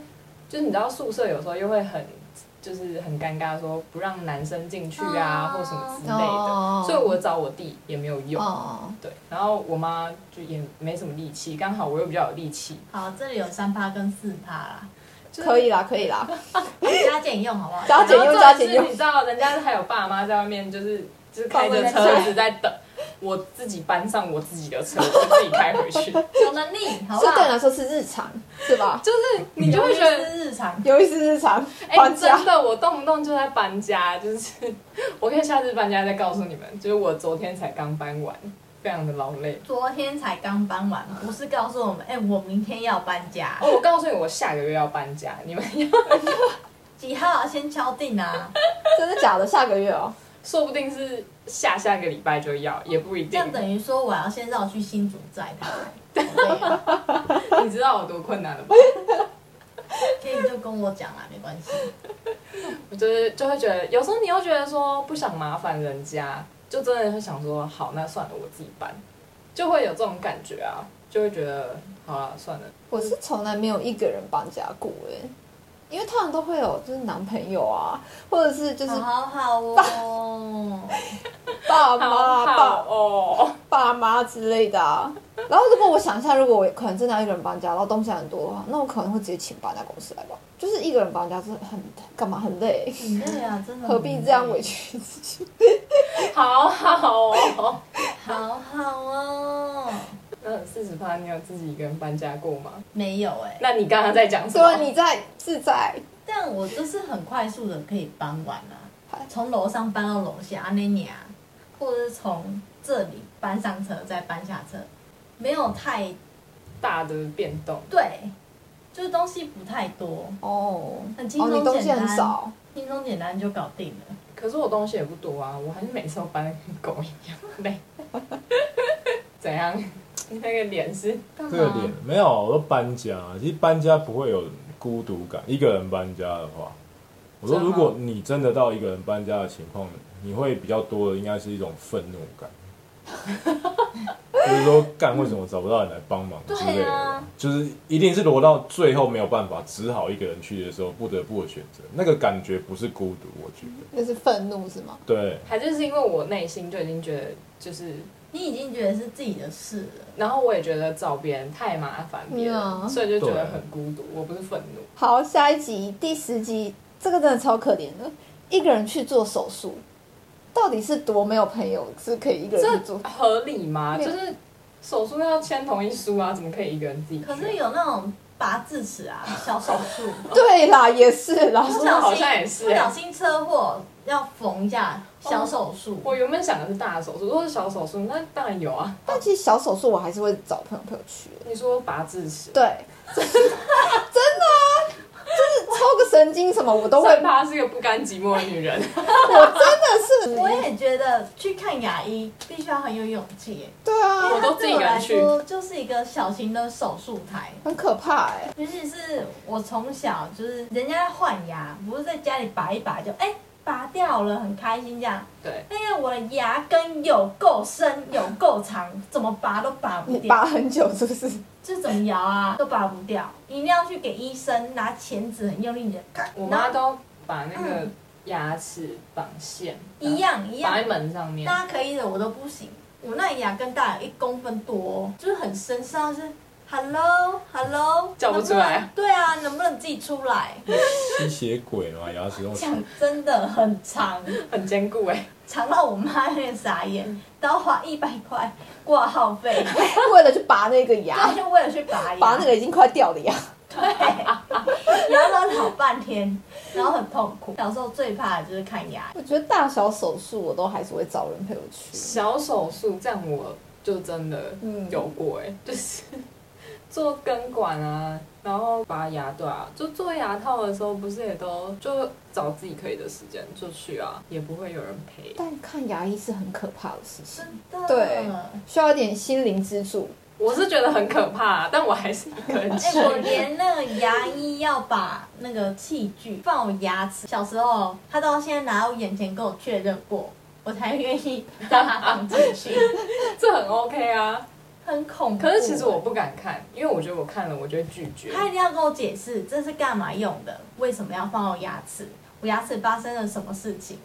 [SPEAKER 1] 就是你知道宿舍有时候又会很就是很尴尬，说不让男生进去啊、
[SPEAKER 2] 哦
[SPEAKER 1] 或什么之类的，
[SPEAKER 3] 哦，
[SPEAKER 1] 所以我找我弟也没有用。
[SPEAKER 3] 哦，
[SPEAKER 1] 对，然后我妈就也没什么力气，刚好我又比较有力气，
[SPEAKER 2] 好，这里有三趴跟四趴啦，
[SPEAKER 1] 就是
[SPEAKER 3] 可以啦，可以啦，
[SPEAKER 2] 加减用好不好？
[SPEAKER 3] 加减用
[SPEAKER 1] 然后重点
[SPEAKER 3] 加减用
[SPEAKER 1] 是你知道人家还有爸妈在外面，就是就是开
[SPEAKER 3] 放
[SPEAKER 1] 着
[SPEAKER 3] 在
[SPEAKER 1] 车子在等，我自己搬上我自己的车，我就自己开回去。
[SPEAKER 3] [LAUGHS]
[SPEAKER 2] 有能力，好不
[SPEAKER 3] 所以对你
[SPEAKER 2] 好？
[SPEAKER 3] 来说是日常，是吧？
[SPEAKER 1] [LAUGHS] 就是你就会觉得，
[SPEAKER 2] 是日常，
[SPEAKER 3] 有一次日常
[SPEAKER 1] 哎、
[SPEAKER 3] 搬家
[SPEAKER 1] 真，的，我动不动就在搬家，就是 [LAUGHS] 我可以下次搬家再告诉你们，就是我昨天才刚搬完，非常的劳累。
[SPEAKER 2] 昨天才刚搬完，不是告诉我们，哎、我明天要搬家，
[SPEAKER 1] 哦，我告诉你，我下个月要搬家，你们要
[SPEAKER 2] 几号啊先敲定啊？
[SPEAKER 3] [LAUGHS] 真的假的？下个月哦，
[SPEAKER 1] 说不定是下下个礼拜就要，也不一
[SPEAKER 2] 这
[SPEAKER 1] 定。
[SPEAKER 2] 样等于说我要先绕去新竹再
[SPEAKER 3] [LAUGHS]
[SPEAKER 2] 台北，好累啊
[SPEAKER 1] 你知道有多困难了吧？
[SPEAKER 2] 可以就跟我讲啦，没关系。
[SPEAKER 1] 我就是就会觉得，有时候你又觉得说不想麻烦人家，就真的会想说，好，那算了，我自己搬，就会有这种感觉啊，就会觉得好了，算了。
[SPEAKER 3] 我是从来没有一个人搬家过哎，因为他们都会有就是男朋友啊，或者是就是
[SPEAKER 1] 啊
[SPEAKER 2] 好好哦，
[SPEAKER 3] 爸
[SPEAKER 1] 好
[SPEAKER 3] 妈、
[SPEAKER 1] 好
[SPEAKER 3] 爸
[SPEAKER 1] 哦，
[SPEAKER 3] 爸妈之类的啊。然后如果我想一下，如果我可能真的要一个人搬家，然后东西很多的话，那我可能会直接请搬家公司来吧。就是一个人搬家是很干嘛很累，
[SPEAKER 2] 很累啊，真的。
[SPEAKER 3] 何必这样委？屈自己？
[SPEAKER 2] 嗯
[SPEAKER 1] 好好哦。
[SPEAKER 2] 好好哦，
[SPEAKER 1] 那四十趴，你有自己一个人搬家过吗？
[SPEAKER 2] 没有哎、
[SPEAKER 1] 那你刚刚在讲什
[SPEAKER 3] 所
[SPEAKER 1] 么？
[SPEAKER 3] 以啊你在自在，
[SPEAKER 2] 但我就是很快速的可以搬完啊，从楼上搬到楼下，阿内尼啊，或者是从这里搬上车再搬下车，没有太
[SPEAKER 1] 大的变动，
[SPEAKER 2] 对，就是东西不太多，
[SPEAKER 3] 哦
[SPEAKER 2] 很轻
[SPEAKER 3] 哦，你
[SPEAKER 2] 松
[SPEAKER 3] 东西
[SPEAKER 2] 简
[SPEAKER 3] 很
[SPEAKER 2] 单，
[SPEAKER 3] 少，
[SPEAKER 2] 轻松简单就搞定了。
[SPEAKER 1] 可是我东西也不多啊，我还是每次都搬得跟狗一样累。 [LAUGHS] 怎样？那个脸是
[SPEAKER 2] 干
[SPEAKER 4] 这个
[SPEAKER 2] 嘛
[SPEAKER 4] 点没有，啊我都搬家。其实搬家不会有孤独感，一个人搬家的话，我说
[SPEAKER 1] 真的吗
[SPEAKER 4] 如果你真的到一个人搬家的情况，你会比较多的应该是一种愤怒感，
[SPEAKER 2] [LAUGHS]
[SPEAKER 4] 就是说干为什么找不到人来帮忙之类
[SPEAKER 2] 对
[SPEAKER 4] 的，
[SPEAKER 2] 啊
[SPEAKER 4] 就是一定是挪到最后没有办法，只好一个人去的时候不得不的选择，那个感觉不是孤独，我觉得
[SPEAKER 3] 就是愤怒是吗？
[SPEAKER 4] 对。
[SPEAKER 1] 还是是因为我内心就已经觉得就是
[SPEAKER 2] 你已经觉得是自己的事了，
[SPEAKER 1] 然后我也觉得找别人太麻烦别人，
[SPEAKER 3] 嗯啊
[SPEAKER 1] 所以就觉得很孤独。我不是愤怒，
[SPEAKER 3] 好，下一集第十集，这个真的超可怜的，一个人去做手术，到底是多没有朋友是可以一个人去
[SPEAKER 1] 这
[SPEAKER 3] 做？
[SPEAKER 1] 合理吗？
[SPEAKER 3] 没有
[SPEAKER 1] 就是手术要签同意书啊，怎么可以一个人自己去啊？
[SPEAKER 2] 可是有那种拔智
[SPEAKER 1] [LAUGHS]
[SPEAKER 2] 齿啊，小手术。
[SPEAKER 3] 对啦，也是啦，
[SPEAKER 2] 不
[SPEAKER 1] 说
[SPEAKER 2] 小
[SPEAKER 1] 好
[SPEAKER 2] 心
[SPEAKER 1] 像也是
[SPEAKER 2] 不
[SPEAKER 1] 欸
[SPEAKER 2] 小心车祸要缝一下小手术，
[SPEAKER 1] 我原本想的是大手术，如果是小手术，那当然有啊。
[SPEAKER 3] 但其实小手术我还是会找朋友陪我去的。
[SPEAKER 1] 你说拔智齿，
[SPEAKER 3] 对， [LAUGHS] 真的啊，就是抽个神经什么我都会，
[SPEAKER 1] 三趴是个不甘寂寞的女
[SPEAKER 3] [LAUGHS]
[SPEAKER 1] 人。
[SPEAKER 3] 真
[SPEAKER 1] 嗯
[SPEAKER 2] 我
[SPEAKER 3] 的是，
[SPEAKER 2] 也觉得去看牙医必须要很有勇气，
[SPEAKER 3] 对啊，
[SPEAKER 1] [LAUGHS] 我都自己一个人去
[SPEAKER 2] 对我来说就是一个小型的手术台。
[SPEAKER 3] 很可怕哎、
[SPEAKER 2] 尤其是我从小就是人家换牙，不是在家里拔一拔就哎、拔掉了，很开心这样。
[SPEAKER 1] 对，
[SPEAKER 2] 但是我的牙根有够深，有够长，怎么拔都拔不
[SPEAKER 3] 你
[SPEAKER 2] 掉
[SPEAKER 3] 拔。很久是不是？
[SPEAKER 2] 这怎么摇啊，都拔不掉，你一定要去给医生拿钳子很用力的。咔
[SPEAKER 1] 我
[SPEAKER 2] 然后
[SPEAKER 1] 妈都把那个牙齿绑线，
[SPEAKER 2] 一样一
[SPEAKER 1] 绑在，
[SPEAKER 2] 样
[SPEAKER 1] 门上面。
[SPEAKER 2] 大家可以的我都不行，我那牙根大概有一公分多、哦就是很深，身上就是 hello hello
[SPEAKER 1] 叫不出来
[SPEAKER 2] 能不能对啊，能不能自己出来？
[SPEAKER 4] 吸血鬼嘛，牙齿用
[SPEAKER 2] 讲真的很长，
[SPEAKER 1] 很坚固哎、
[SPEAKER 2] 长到我妈有点傻眼，都要花一百块挂号费，
[SPEAKER 1] [LAUGHS]
[SPEAKER 3] [LAUGHS] 为了去拔那个牙
[SPEAKER 2] 然后，就为了去拔牙，
[SPEAKER 3] 拔那个已经快掉的牙，
[SPEAKER 2] [LAUGHS] 对，牙都老半天，然后很痛苦。小时候最怕的就是看牙，
[SPEAKER 3] 我觉得大小手术我都还是会找人陪我去。
[SPEAKER 1] 小手术，这样我就真的
[SPEAKER 3] 嗯
[SPEAKER 1] 有过哎、 [LAUGHS] 就是做根管啊，然后拔牙对啊，就做牙套的时候，不是也都就找自己可以的时间就去啊，也不会有人陪。
[SPEAKER 3] 但看牙医是很可怕的事情，
[SPEAKER 2] 真的。
[SPEAKER 3] 对需要一点心灵支柱。
[SPEAKER 1] 我是觉得很可怕、但我还是一个
[SPEAKER 3] [LAUGHS]
[SPEAKER 1] 人
[SPEAKER 2] 哎、
[SPEAKER 1] 去。
[SPEAKER 2] 我连那个牙医要把那个器具放我牙齿，小时候他到现在拿到我眼前跟我确认过，我才愿意让他放进去，
[SPEAKER 1] 这很 OK 啊，
[SPEAKER 2] 很恐
[SPEAKER 1] [LAUGHS]
[SPEAKER 2] 怖。
[SPEAKER 1] 可是其实我，不敢看，因为我觉得我看了我就会拒绝。
[SPEAKER 3] 哎
[SPEAKER 2] 他一定要跟我解释这是干嘛用的，为什么要放我牙齿，我牙齿发生了什么事情，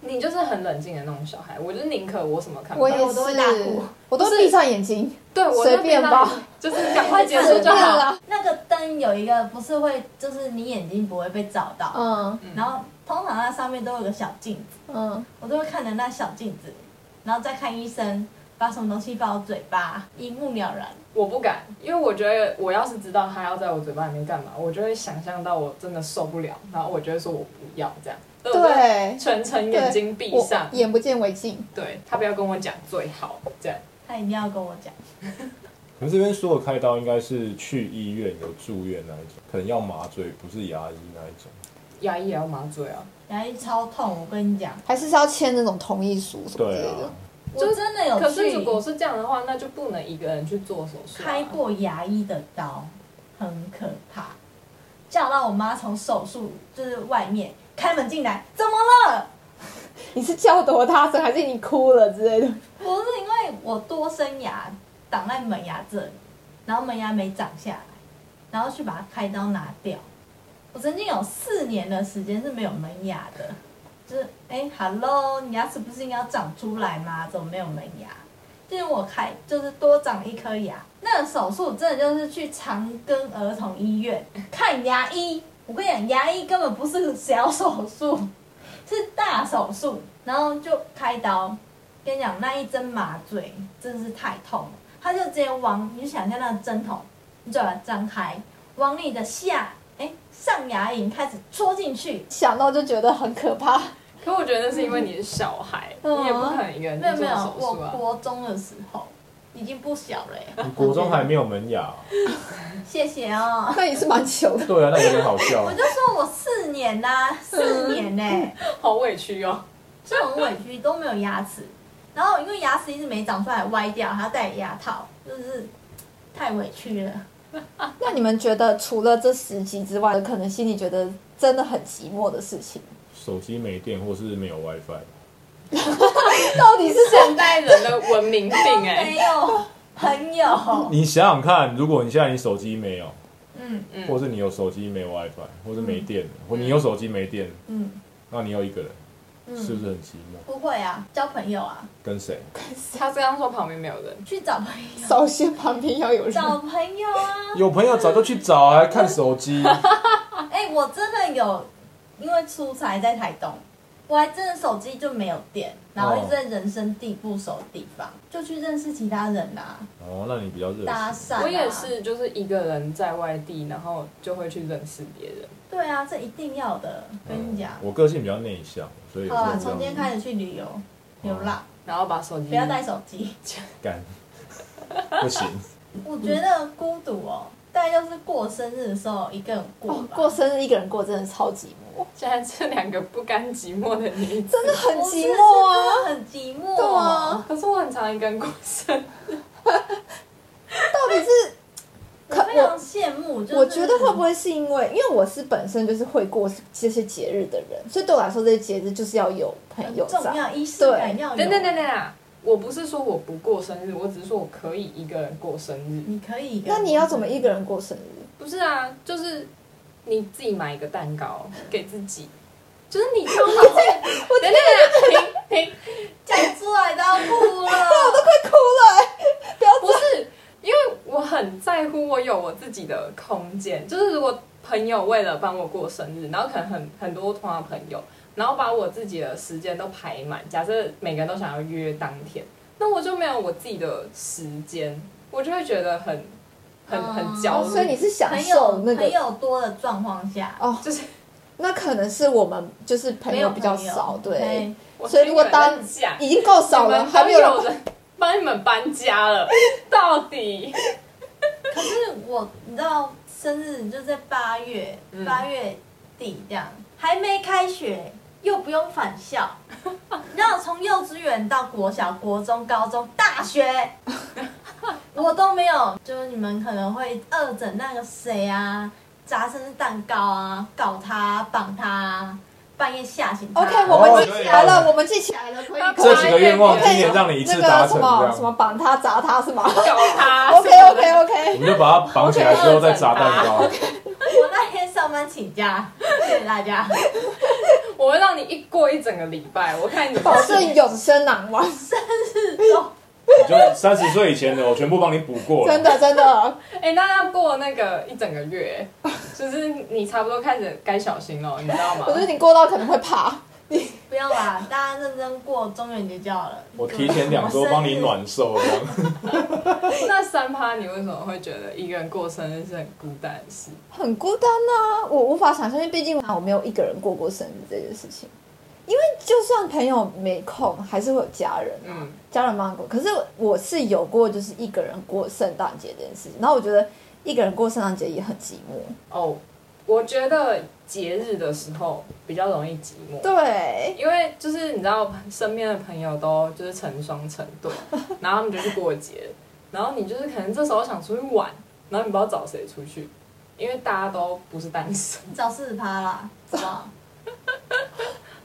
[SPEAKER 1] 你就是很冷静的那种小孩，我就是宁可我什么看不
[SPEAKER 3] 我
[SPEAKER 1] 到
[SPEAKER 3] 也
[SPEAKER 2] 我都会大
[SPEAKER 3] 是
[SPEAKER 2] 哭，
[SPEAKER 3] 我都闭上眼睛。
[SPEAKER 1] 对我
[SPEAKER 3] 随便吧，
[SPEAKER 1] 就是赶快结束就
[SPEAKER 3] [LAUGHS] 随便
[SPEAKER 1] 好。
[SPEAKER 3] 啦
[SPEAKER 2] 那个灯有一个不是会，就是你眼睛不会被照到，
[SPEAKER 3] 嗯
[SPEAKER 2] 然后通常那上面都有个小镜子。
[SPEAKER 3] 嗯，
[SPEAKER 2] 我都会看着那小镜子，然后再看医生，把什么东西放到嘴巴，一目了然。
[SPEAKER 1] 我不敢，因为我觉得我要是知道他要在我嘴巴里面干嘛，我就会想象到我真的受不了，然后我就会说我不要这样，所以我就
[SPEAKER 3] 对，
[SPEAKER 1] 全程眼睛闭
[SPEAKER 3] 我
[SPEAKER 1] 上，
[SPEAKER 3] 眼不见为净。
[SPEAKER 1] 对他不要跟我讲最好这样。
[SPEAKER 2] 他一定要跟我讲，
[SPEAKER 4] 可是这边说的开刀应该是去医院有住院那一种，可能要麻醉，不是牙医那一种。
[SPEAKER 1] 牙医也要麻醉啊，
[SPEAKER 2] 牙医超痛，我跟你讲，
[SPEAKER 3] 还是是要签那种同意书什么
[SPEAKER 4] 对
[SPEAKER 3] 之类的
[SPEAKER 4] 啊，，
[SPEAKER 1] 就
[SPEAKER 2] 我真的有
[SPEAKER 1] 可是
[SPEAKER 2] 去
[SPEAKER 1] 如果是这样的话，那就不能一个人去做手术、啊。
[SPEAKER 2] 开过牙医的刀，很可怕，叫到我妈从手术就是外面开门进来，怎么了？
[SPEAKER 3] 你是叫多大声，还是你哭了之类的？
[SPEAKER 2] 不是因为我多生牙挡在门牙这里，然后门牙没长下来，然后去把它开刀拿掉。我曾经有四年的时间是没有门牙的，就是哎，hello，你牙齿不是应该要长出来吗？怎么没有门牙？就是我开，就是多长一颗牙。那个手术真的就是去长庚儿童医院看牙医。我跟你讲，牙医根本不是小手术，是大手术，然后就开刀。跟你讲，那一针麻醉真的是太痛了，他就直接往你就想象那个针筒，你嘴巴张开，往你的下哎上牙龈开始戳进去。
[SPEAKER 3] 想到就觉得很可怕。
[SPEAKER 1] 可我觉得是因为你是小孩，
[SPEAKER 3] 嗯
[SPEAKER 1] 你也不可能一个人
[SPEAKER 2] 没有
[SPEAKER 1] 去
[SPEAKER 2] 没
[SPEAKER 1] 做
[SPEAKER 2] 有
[SPEAKER 1] 手，
[SPEAKER 2] 我
[SPEAKER 1] 术啊。
[SPEAKER 2] 国中的时候已经不小了耶，
[SPEAKER 4] 你啊国中还没有门牙、
[SPEAKER 2] [LAUGHS] 谢谢哦。 [LAUGHS]
[SPEAKER 3] 那也是蛮糗的。
[SPEAKER 4] 对啊，那有点好笑
[SPEAKER 2] 我。就说我四年呐、四年呢、
[SPEAKER 1] 好委屈哦。 [LAUGHS]
[SPEAKER 2] 所以很委屈，都没有牙齿。然后因为牙齿一直没长出来，歪掉，还要戴牙套，就是太委屈了。
[SPEAKER 3] [LAUGHS] 那你们觉得除了这十集之外，可能心里觉得真的很寂寞的事情，
[SPEAKER 4] 手机没电或是没有 WiFi，
[SPEAKER 3] [LAUGHS] 到底是谁？
[SPEAKER 1] 现代人的文明病
[SPEAKER 2] [LAUGHS]
[SPEAKER 1] 哎、
[SPEAKER 2] 没有朋友，
[SPEAKER 4] 你想想看，如果你现在你手机没有，
[SPEAKER 2] 嗯
[SPEAKER 4] 或
[SPEAKER 1] 嗯，
[SPEAKER 4] 是你有手机没有 WiFi，或是没电了，或你有手机没电，
[SPEAKER 2] 嗯。
[SPEAKER 4] 那你又一个人，是
[SPEAKER 2] 嗯，
[SPEAKER 4] 不是很寂寞？
[SPEAKER 2] 不会啊，交朋友啊，
[SPEAKER 4] 跟谁？
[SPEAKER 1] 他这样说旁边没有人，
[SPEAKER 2] 去找朋
[SPEAKER 4] [LAUGHS]
[SPEAKER 2] 友，
[SPEAKER 3] 首先旁边要有人。
[SPEAKER 2] 找朋友啊。
[SPEAKER 4] 有朋友早就去找，还看手机。
[SPEAKER 2] [LAUGHS] 哎、我真的有，因为出差在台东，我还真的手机就没有电，然后
[SPEAKER 4] 哦
[SPEAKER 2] 就在人生地不熟的地方，就去认识其他人啦、
[SPEAKER 4] 哦，那你比较热
[SPEAKER 2] 搭
[SPEAKER 4] 情。
[SPEAKER 2] 讪、啊。
[SPEAKER 1] 我也。是，就是一个人在外地，然后就会去认识别人。
[SPEAKER 2] 对啊，这一定要的，跟你讲。
[SPEAKER 4] 嗯我个性比较内向，所以
[SPEAKER 2] 好啦，
[SPEAKER 4] 我
[SPEAKER 2] 从今天开始去旅
[SPEAKER 4] 哦
[SPEAKER 2] 游，流浪，
[SPEAKER 1] 然后把手机
[SPEAKER 2] 不要带手机。
[SPEAKER 4] 干不行。
[SPEAKER 2] 我觉得孤独哦，大概就是过生日的时候一个人过
[SPEAKER 3] 哦
[SPEAKER 2] 吧、，
[SPEAKER 3] 过生日一个人过真的超寂寞，
[SPEAKER 1] 现在这两个不甘寂寞的女子，
[SPEAKER 3] 真的很
[SPEAKER 2] 不是
[SPEAKER 3] 寂寞啊！，
[SPEAKER 2] 是真的很寂寞。哦
[SPEAKER 3] 对啊，
[SPEAKER 1] 可是我很常一个人过生日，
[SPEAKER 3] 到底是
[SPEAKER 2] 我
[SPEAKER 3] 可
[SPEAKER 2] 非常
[SPEAKER 3] 我
[SPEAKER 2] 羡慕，就是
[SPEAKER 3] 我觉得会不会是因为，因为我是本身就是会过这些节日的人，所以对我来说这些节日就是要有朋
[SPEAKER 2] 很
[SPEAKER 3] 友
[SPEAKER 2] 重
[SPEAKER 3] 在。
[SPEAKER 2] 要，仪式感
[SPEAKER 3] 对
[SPEAKER 2] 要有。
[SPEAKER 1] 等等等等啊！我不是说我不过生日，我只是说我可以一个人过生日。
[SPEAKER 2] 你可以一个人。
[SPEAKER 3] 那你要怎么一个人过生日？
[SPEAKER 1] 不是啊，就是你自己买一个蛋糕给自己，就是你刚好会。我等等等等，停停，
[SPEAKER 2] 讲出来都要哭了？
[SPEAKER 3] [LAUGHS] 快哭了、欸！不要
[SPEAKER 1] 不是，因为我很在乎我有我自己的空间。就是如果朋友为了帮我过生日，然后可能很很多同行朋友，然后把我自己的时间都排满，假设每个人都想要约当天，那我就没有我自己的时间，我就会觉得很 [LAUGHS] 很很焦
[SPEAKER 3] 哦
[SPEAKER 1] 虑。
[SPEAKER 3] 所以你是享
[SPEAKER 2] 朋
[SPEAKER 3] 受
[SPEAKER 2] 友
[SPEAKER 3] 那
[SPEAKER 2] 朋
[SPEAKER 3] 个
[SPEAKER 2] 友多的状况下，
[SPEAKER 3] 哦，
[SPEAKER 1] 就是
[SPEAKER 3] 那可能是我们就是朋
[SPEAKER 2] 没
[SPEAKER 3] 友哎
[SPEAKER 2] 有
[SPEAKER 3] 比较
[SPEAKER 2] 朋友
[SPEAKER 3] 少，对，
[SPEAKER 2] 嘿
[SPEAKER 1] 我
[SPEAKER 3] 所以如果
[SPEAKER 1] 听有人
[SPEAKER 3] 当
[SPEAKER 1] 在讲
[SPEAKER 3] 已经够少
[SPEAKER 1] 你
[SPEAKER 3] 了，
[SPEAKER 1] 们
[SPEAKER 3] 还
[SPEAKER 1] 还
[SPEAKER 3] 没
[SPEAKER 1] 有
[SPEAKER 3] 人
[SPEAKER 1] 人帮你们搬家
[SPEAKER 3] [LAUGHS]
[SPEAKER 1] 了，到底？
[SPEAKER 2] 可是我你知道生日就在八月
[SPEAKER 1] 嗯，
[SPEAKER 2] 八月底这样，还没开学，又不用返
[SPEAKER 3] [LAUGHS]
[SPEAKER 2] 校，然后从幼稚园到国小、国中、高中、大
[SPEAKER 3] [LAUGHS]
[SPEAKER 2] 学，我都没有。就是你们可能会二整那个谁啊，砸生日蛋糕啊，搞他啊、绑他啊，半夜吓醒他。
[SPEAKER 3] OK，我们记
[SPEAKER 4] 哦
[SPEAKER 3] 起来了，
[SPEAKER 4] 对
[SPEAKER 3] 我们记起来了，可以
[SPEAKER 1] 那
[SPEAKER 3] 可
[SPEAKER 4] 这
[SPEAKER 3] 以
[SPEAKER 4] 几个愿望
[SPEAKER 1] 可以
[SPEAKER 4] 今年让你一
[SPEAKER 3] 那
[SPEAKER 4] 次达成，
[SPEAKER 3] 个什
[SPEAKER 4] 这
[SPEAKER 3] 么什么
[SPEAKER 4] 样。
[SPEAKER 3] 绑他砸他是吗
[SPEAKER 1] 搞他
[SPEAKER 3] ？OK
[SPEAKER 1] 什么的
[SPEAKER 3] OK
[SPEAKER 4] 我
[SPEAKER 3] OK，
[SPEAKER 4] 们就把它绑起来之后再砸蛋糕。
[SPEAKER 2] 我那天上班请假，谢谢大家。
[SPEAKER 1] 我会让你一过一整个礼拜，我看你
[SPEAKER 3] 保证永生啊难忘，
[SPEAKER 4] 你就三十岁以前的，我全部帮你补过了。
[SPEAKER 3] 真的真的。
[SPEAKER 1] [LAUGHS] 哎、那要过那个一整个月，就是你差不多开始该小心了，你知道吗
[SPEAKER 3] [LAUGHS] 可？是你过到可能会怕，
[SPEAKER 2] 不要啦，大家认真过中元节就好了。
[SPEAKER 4] 我提前两周帮你暖手，这样 [LAUGHS]
[SPEAKER 1] 那三趴，你为什么会觉得一个人过生日是很孤单的事？
[SPEAKER 3] 很孤单呐、我无法想象，因为毕竟我没有一个人过过生日这件事情。因为就算朋友没空，还是会有家人啊，
[SPEAKER 1] 嗯
[SPEAKER 3] 家人帮过。可是我是有过，就是一个人过圣诞节这件事情。然后我觉得一个人过圣诞节也很寂寞。
[SPEAKER 1] 哦，我觉得节日的时候比较容易寂寞。
[SPEAKER 3] 对，
[SPEAKER 1] 因为就是你知道，身边的朋友都就是成双成对，然后他们就去过节，然后你就是可能这时候想出去玩，然后你不知道找谁出去，因为大家都不是单身。 [LAUGHS]
[SPEAKER 2] 找四十趴啦，好不好？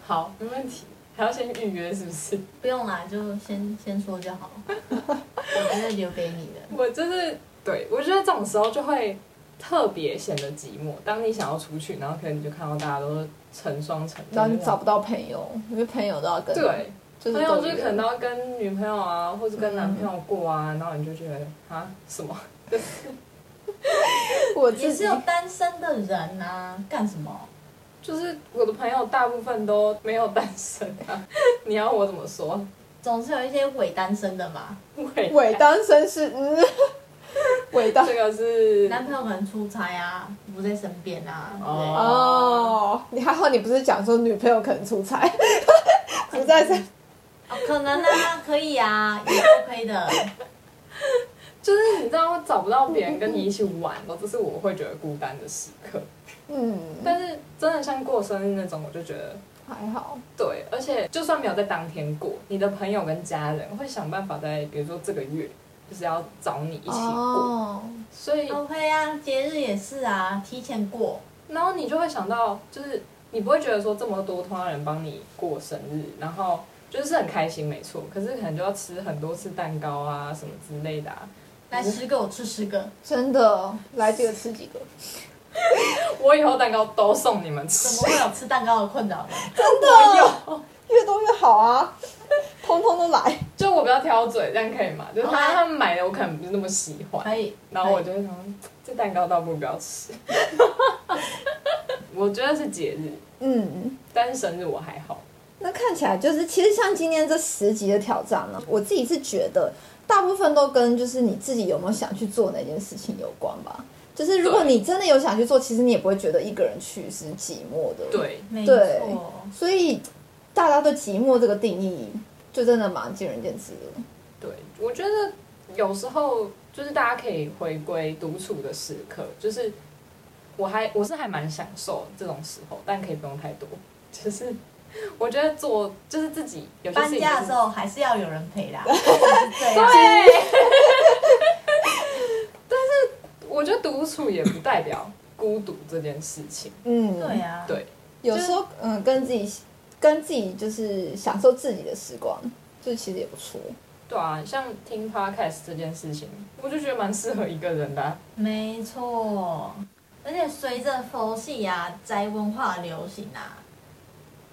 [SPEAKER 1] 好，没问题，还要先预约是不是？
[SPEAKER 2] 不用啦，就先先说就
[SPEAKER 1] [LAUGHS]
[SPEAKER 2] 好。我觉得留给你的。
[SPEAKER 1] 我就是对我觉得这种时候就会特别显得寂寞。当你想要出去，然后可能你就看到大家都是成双成对，
[SPEAKER 3] 然后你找不到朋友，因为朋友都要跟
[SPEAKER 1] 对，
[SPEAKER 3] 就是
[SPEAKER 1] 朋友
[SPEAKER 3] 都
[SPEAKER 1] 就是
[SPEAKER 3] 约
[SPEAKER 1] 可能都要跟女朋友啊，或者跟男朋友过啊，然后你就觉得啊什么？
[SPEAKER 3] 我
[SPEAKER 2] 也
[SPEAKER 3] 自
[SPEAKER 2] 是
[SPEAKER 3] 己
[SPEAKER 2] 有单身的人呐、干什么？
[SPEAKER 1] 就是我的朋友大部分都没有单身啊， [LAUGHS] 你要我怎么说？
[SPEAKER 2] 总是有一些伪单身的嘛。
[SPEAKER 1] 喂，
[SPEAKER 3] 伪单身是嗯，伪单
[SPEAKER 1] 这个是
[SPEAKER 2] 男朋友可能出差啊，不在身边啊，对不对？
[SPEAKER 1] 哦
[SPEAKER 3] 哦，你还好，你不是讲说女朋友可能出差， [LAUGHS] 不在身
[SPEAKER 2] 哦可能啊，可以啊，也 OK 的。
[SPEAKER 1] [LAUGHS] 就是你知道找不到别人跟你一起玩，哦，这是我会觉得孤单的时刻。
[SPEAKER 3] 嗯，
[SPEAKER 1] 但是真的像过生日那种，我就觉得
[SPEAKER 3] 还好，
[SPEAKER 1] 对，而且就算没有在当天过，你的朋友跟家人会想办法在比如说这个月，就是要找你一起过，
[SPEAKER 3] 哦，
[SPEAKER 1] 所以
[SPEAKER 2] OK 啊，节日也是啊，提前过。
[SPEAKER 1] 然后你就会想到，就是你不会觉得说这么多同样人帮你过生日，然后就是很开心，没错。可是可能就要吃很多次蛋糕啊，什么之类的、啊。
[SPEAKER 2] 来十个，我吃
[SPEAKER 1] [LAUGHS]
[SPEAKER 2] 十个，
[SPEAKER 3] 真的，来几个吃几个，
[SPEAKER 1] 我以后蛋糕都送你们
[SPEAKER 2] 怎
[SPEAKER 1] 吃
[SPEAKER 2] 么。会有吃蛋糕的困扰呢？
[SPEAKER 3] 真的，越多越好啊， [LAUGHS] 通通都来，
[SPEAKER 1] [LAUGHS] 就我不要挑嘴，这样可以吗？就是他
[SPEAKER 2] OK
[SPEAKER 1] 他们买的，我可能不是那么喜欢，
[SPEAKER 2] 可以。
[SPEAKER 1] 然后我
[SPEAKER 2] 可
[SPEAKER 1] 就会想说，这蛋糕倒不如不要吃。 [LAUGHS] 我觉得是节日，
[SPEAKER 3] 嗯。
[SPEAKER 1] 但是生日我还好。
[SPEAKER 3] 那看起来就是，其实像今天这十集的挑战呢，我自己是觉得大部分都跟就是你自己有没有想去做那件事情有关吧。就是如果
[SPEAKER 1] 对
[SPEAKER 3] 你真的有想去做，其实你也不会觉得一个人去是寂寞的。，
[SPEAKER 1] 对，
[SPEAKER 2] 以没
[SPEAKER 3] 对
[SPEAKER 2] 错。
[SPEAKER 3] 所以大家对寂寞这个定义就真的蛮见仁见智的。
[SPEAKER 1] 对，我觉得有时候就是大家可以回归独处的时刻，就是我还我是还蛮享受这种时候，但可以不用太多。就是我觉得做就是自己有些事
[SPEAKER 2] 搬
[SPEAKER 1] 情、
[SPEAKER 2] 家
[SPEAKER 1] 就
[SPEAKER 2] 的时
[SPEAKER 1] 是，
[SPEAKER 2] 候还是要有人陪
[SPEAKER 1] [LAUGHS]
[SPEAKER 2] 啦。就是这
[SPEAKER 1] 啊
[SPEAKER 2] 样。
[SPEAKER 1] 我觉得独处也不代表孤独这件事情。
[SPEAKER 3] 嗯，
[SPEAKER 2] 对啊。
[SPEAKER 1] 对，
[SPEAKER 3] 有时候嗯，跟自己跟自己就是享受自己的时光，就其实也不错。
[SPEAKER 1] 对啊，像听 podcast 这件事情，我就觉得蛮适合一个人的啊、
[SPEAKER 2] 没错，而且随着佛系啊、宅文化流行啊，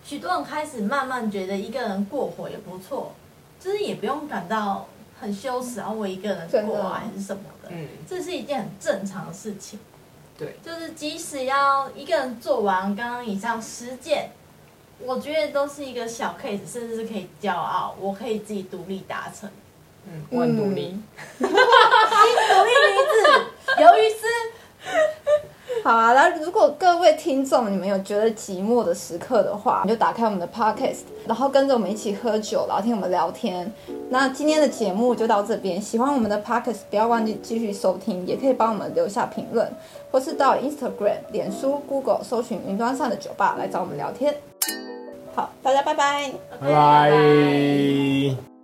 [SPEAKER 2] 许多人开始慢慢觉得一个人过活也不错，就是也不用感到很羞耻，然后我一个人过啊
[SPEAKER 3] 真的
[SPEAKER 2] 还是什么的，
[SPEAKER 1] 嗯，
[SPEAKER 2] 这是一件很正常的事情。
[SPEAKER 1] 对，
[SPEAKER 2] 就是即使要一个人做完刚刚以上十件，我觉得都是一个小 case，甚至是可以骄傲，我可以自己独立达成。
[SPEAKER 1] 嗯，我很独立。
[SPEAKER 3] 嗯
[SPEAKER 2] 独立女子，鱿鱼丝。
[SPEAKER 3] 好啊，那如果各位听众你们有觉得寂寞的时刻的话，你就打开我们的 podcast，然后跟着我们一起喝酒，然后听我们聊天。那今天的节目就到这边，喜欢我们的 podcast 不要忘记继续收听，也可以帮我们留下评论，或是到 Instagram、脸书、Google 搜寻“云端上的酒吧”来找我们聊天。好，大家拜拜。
[SPEAKER 4] 拜拜。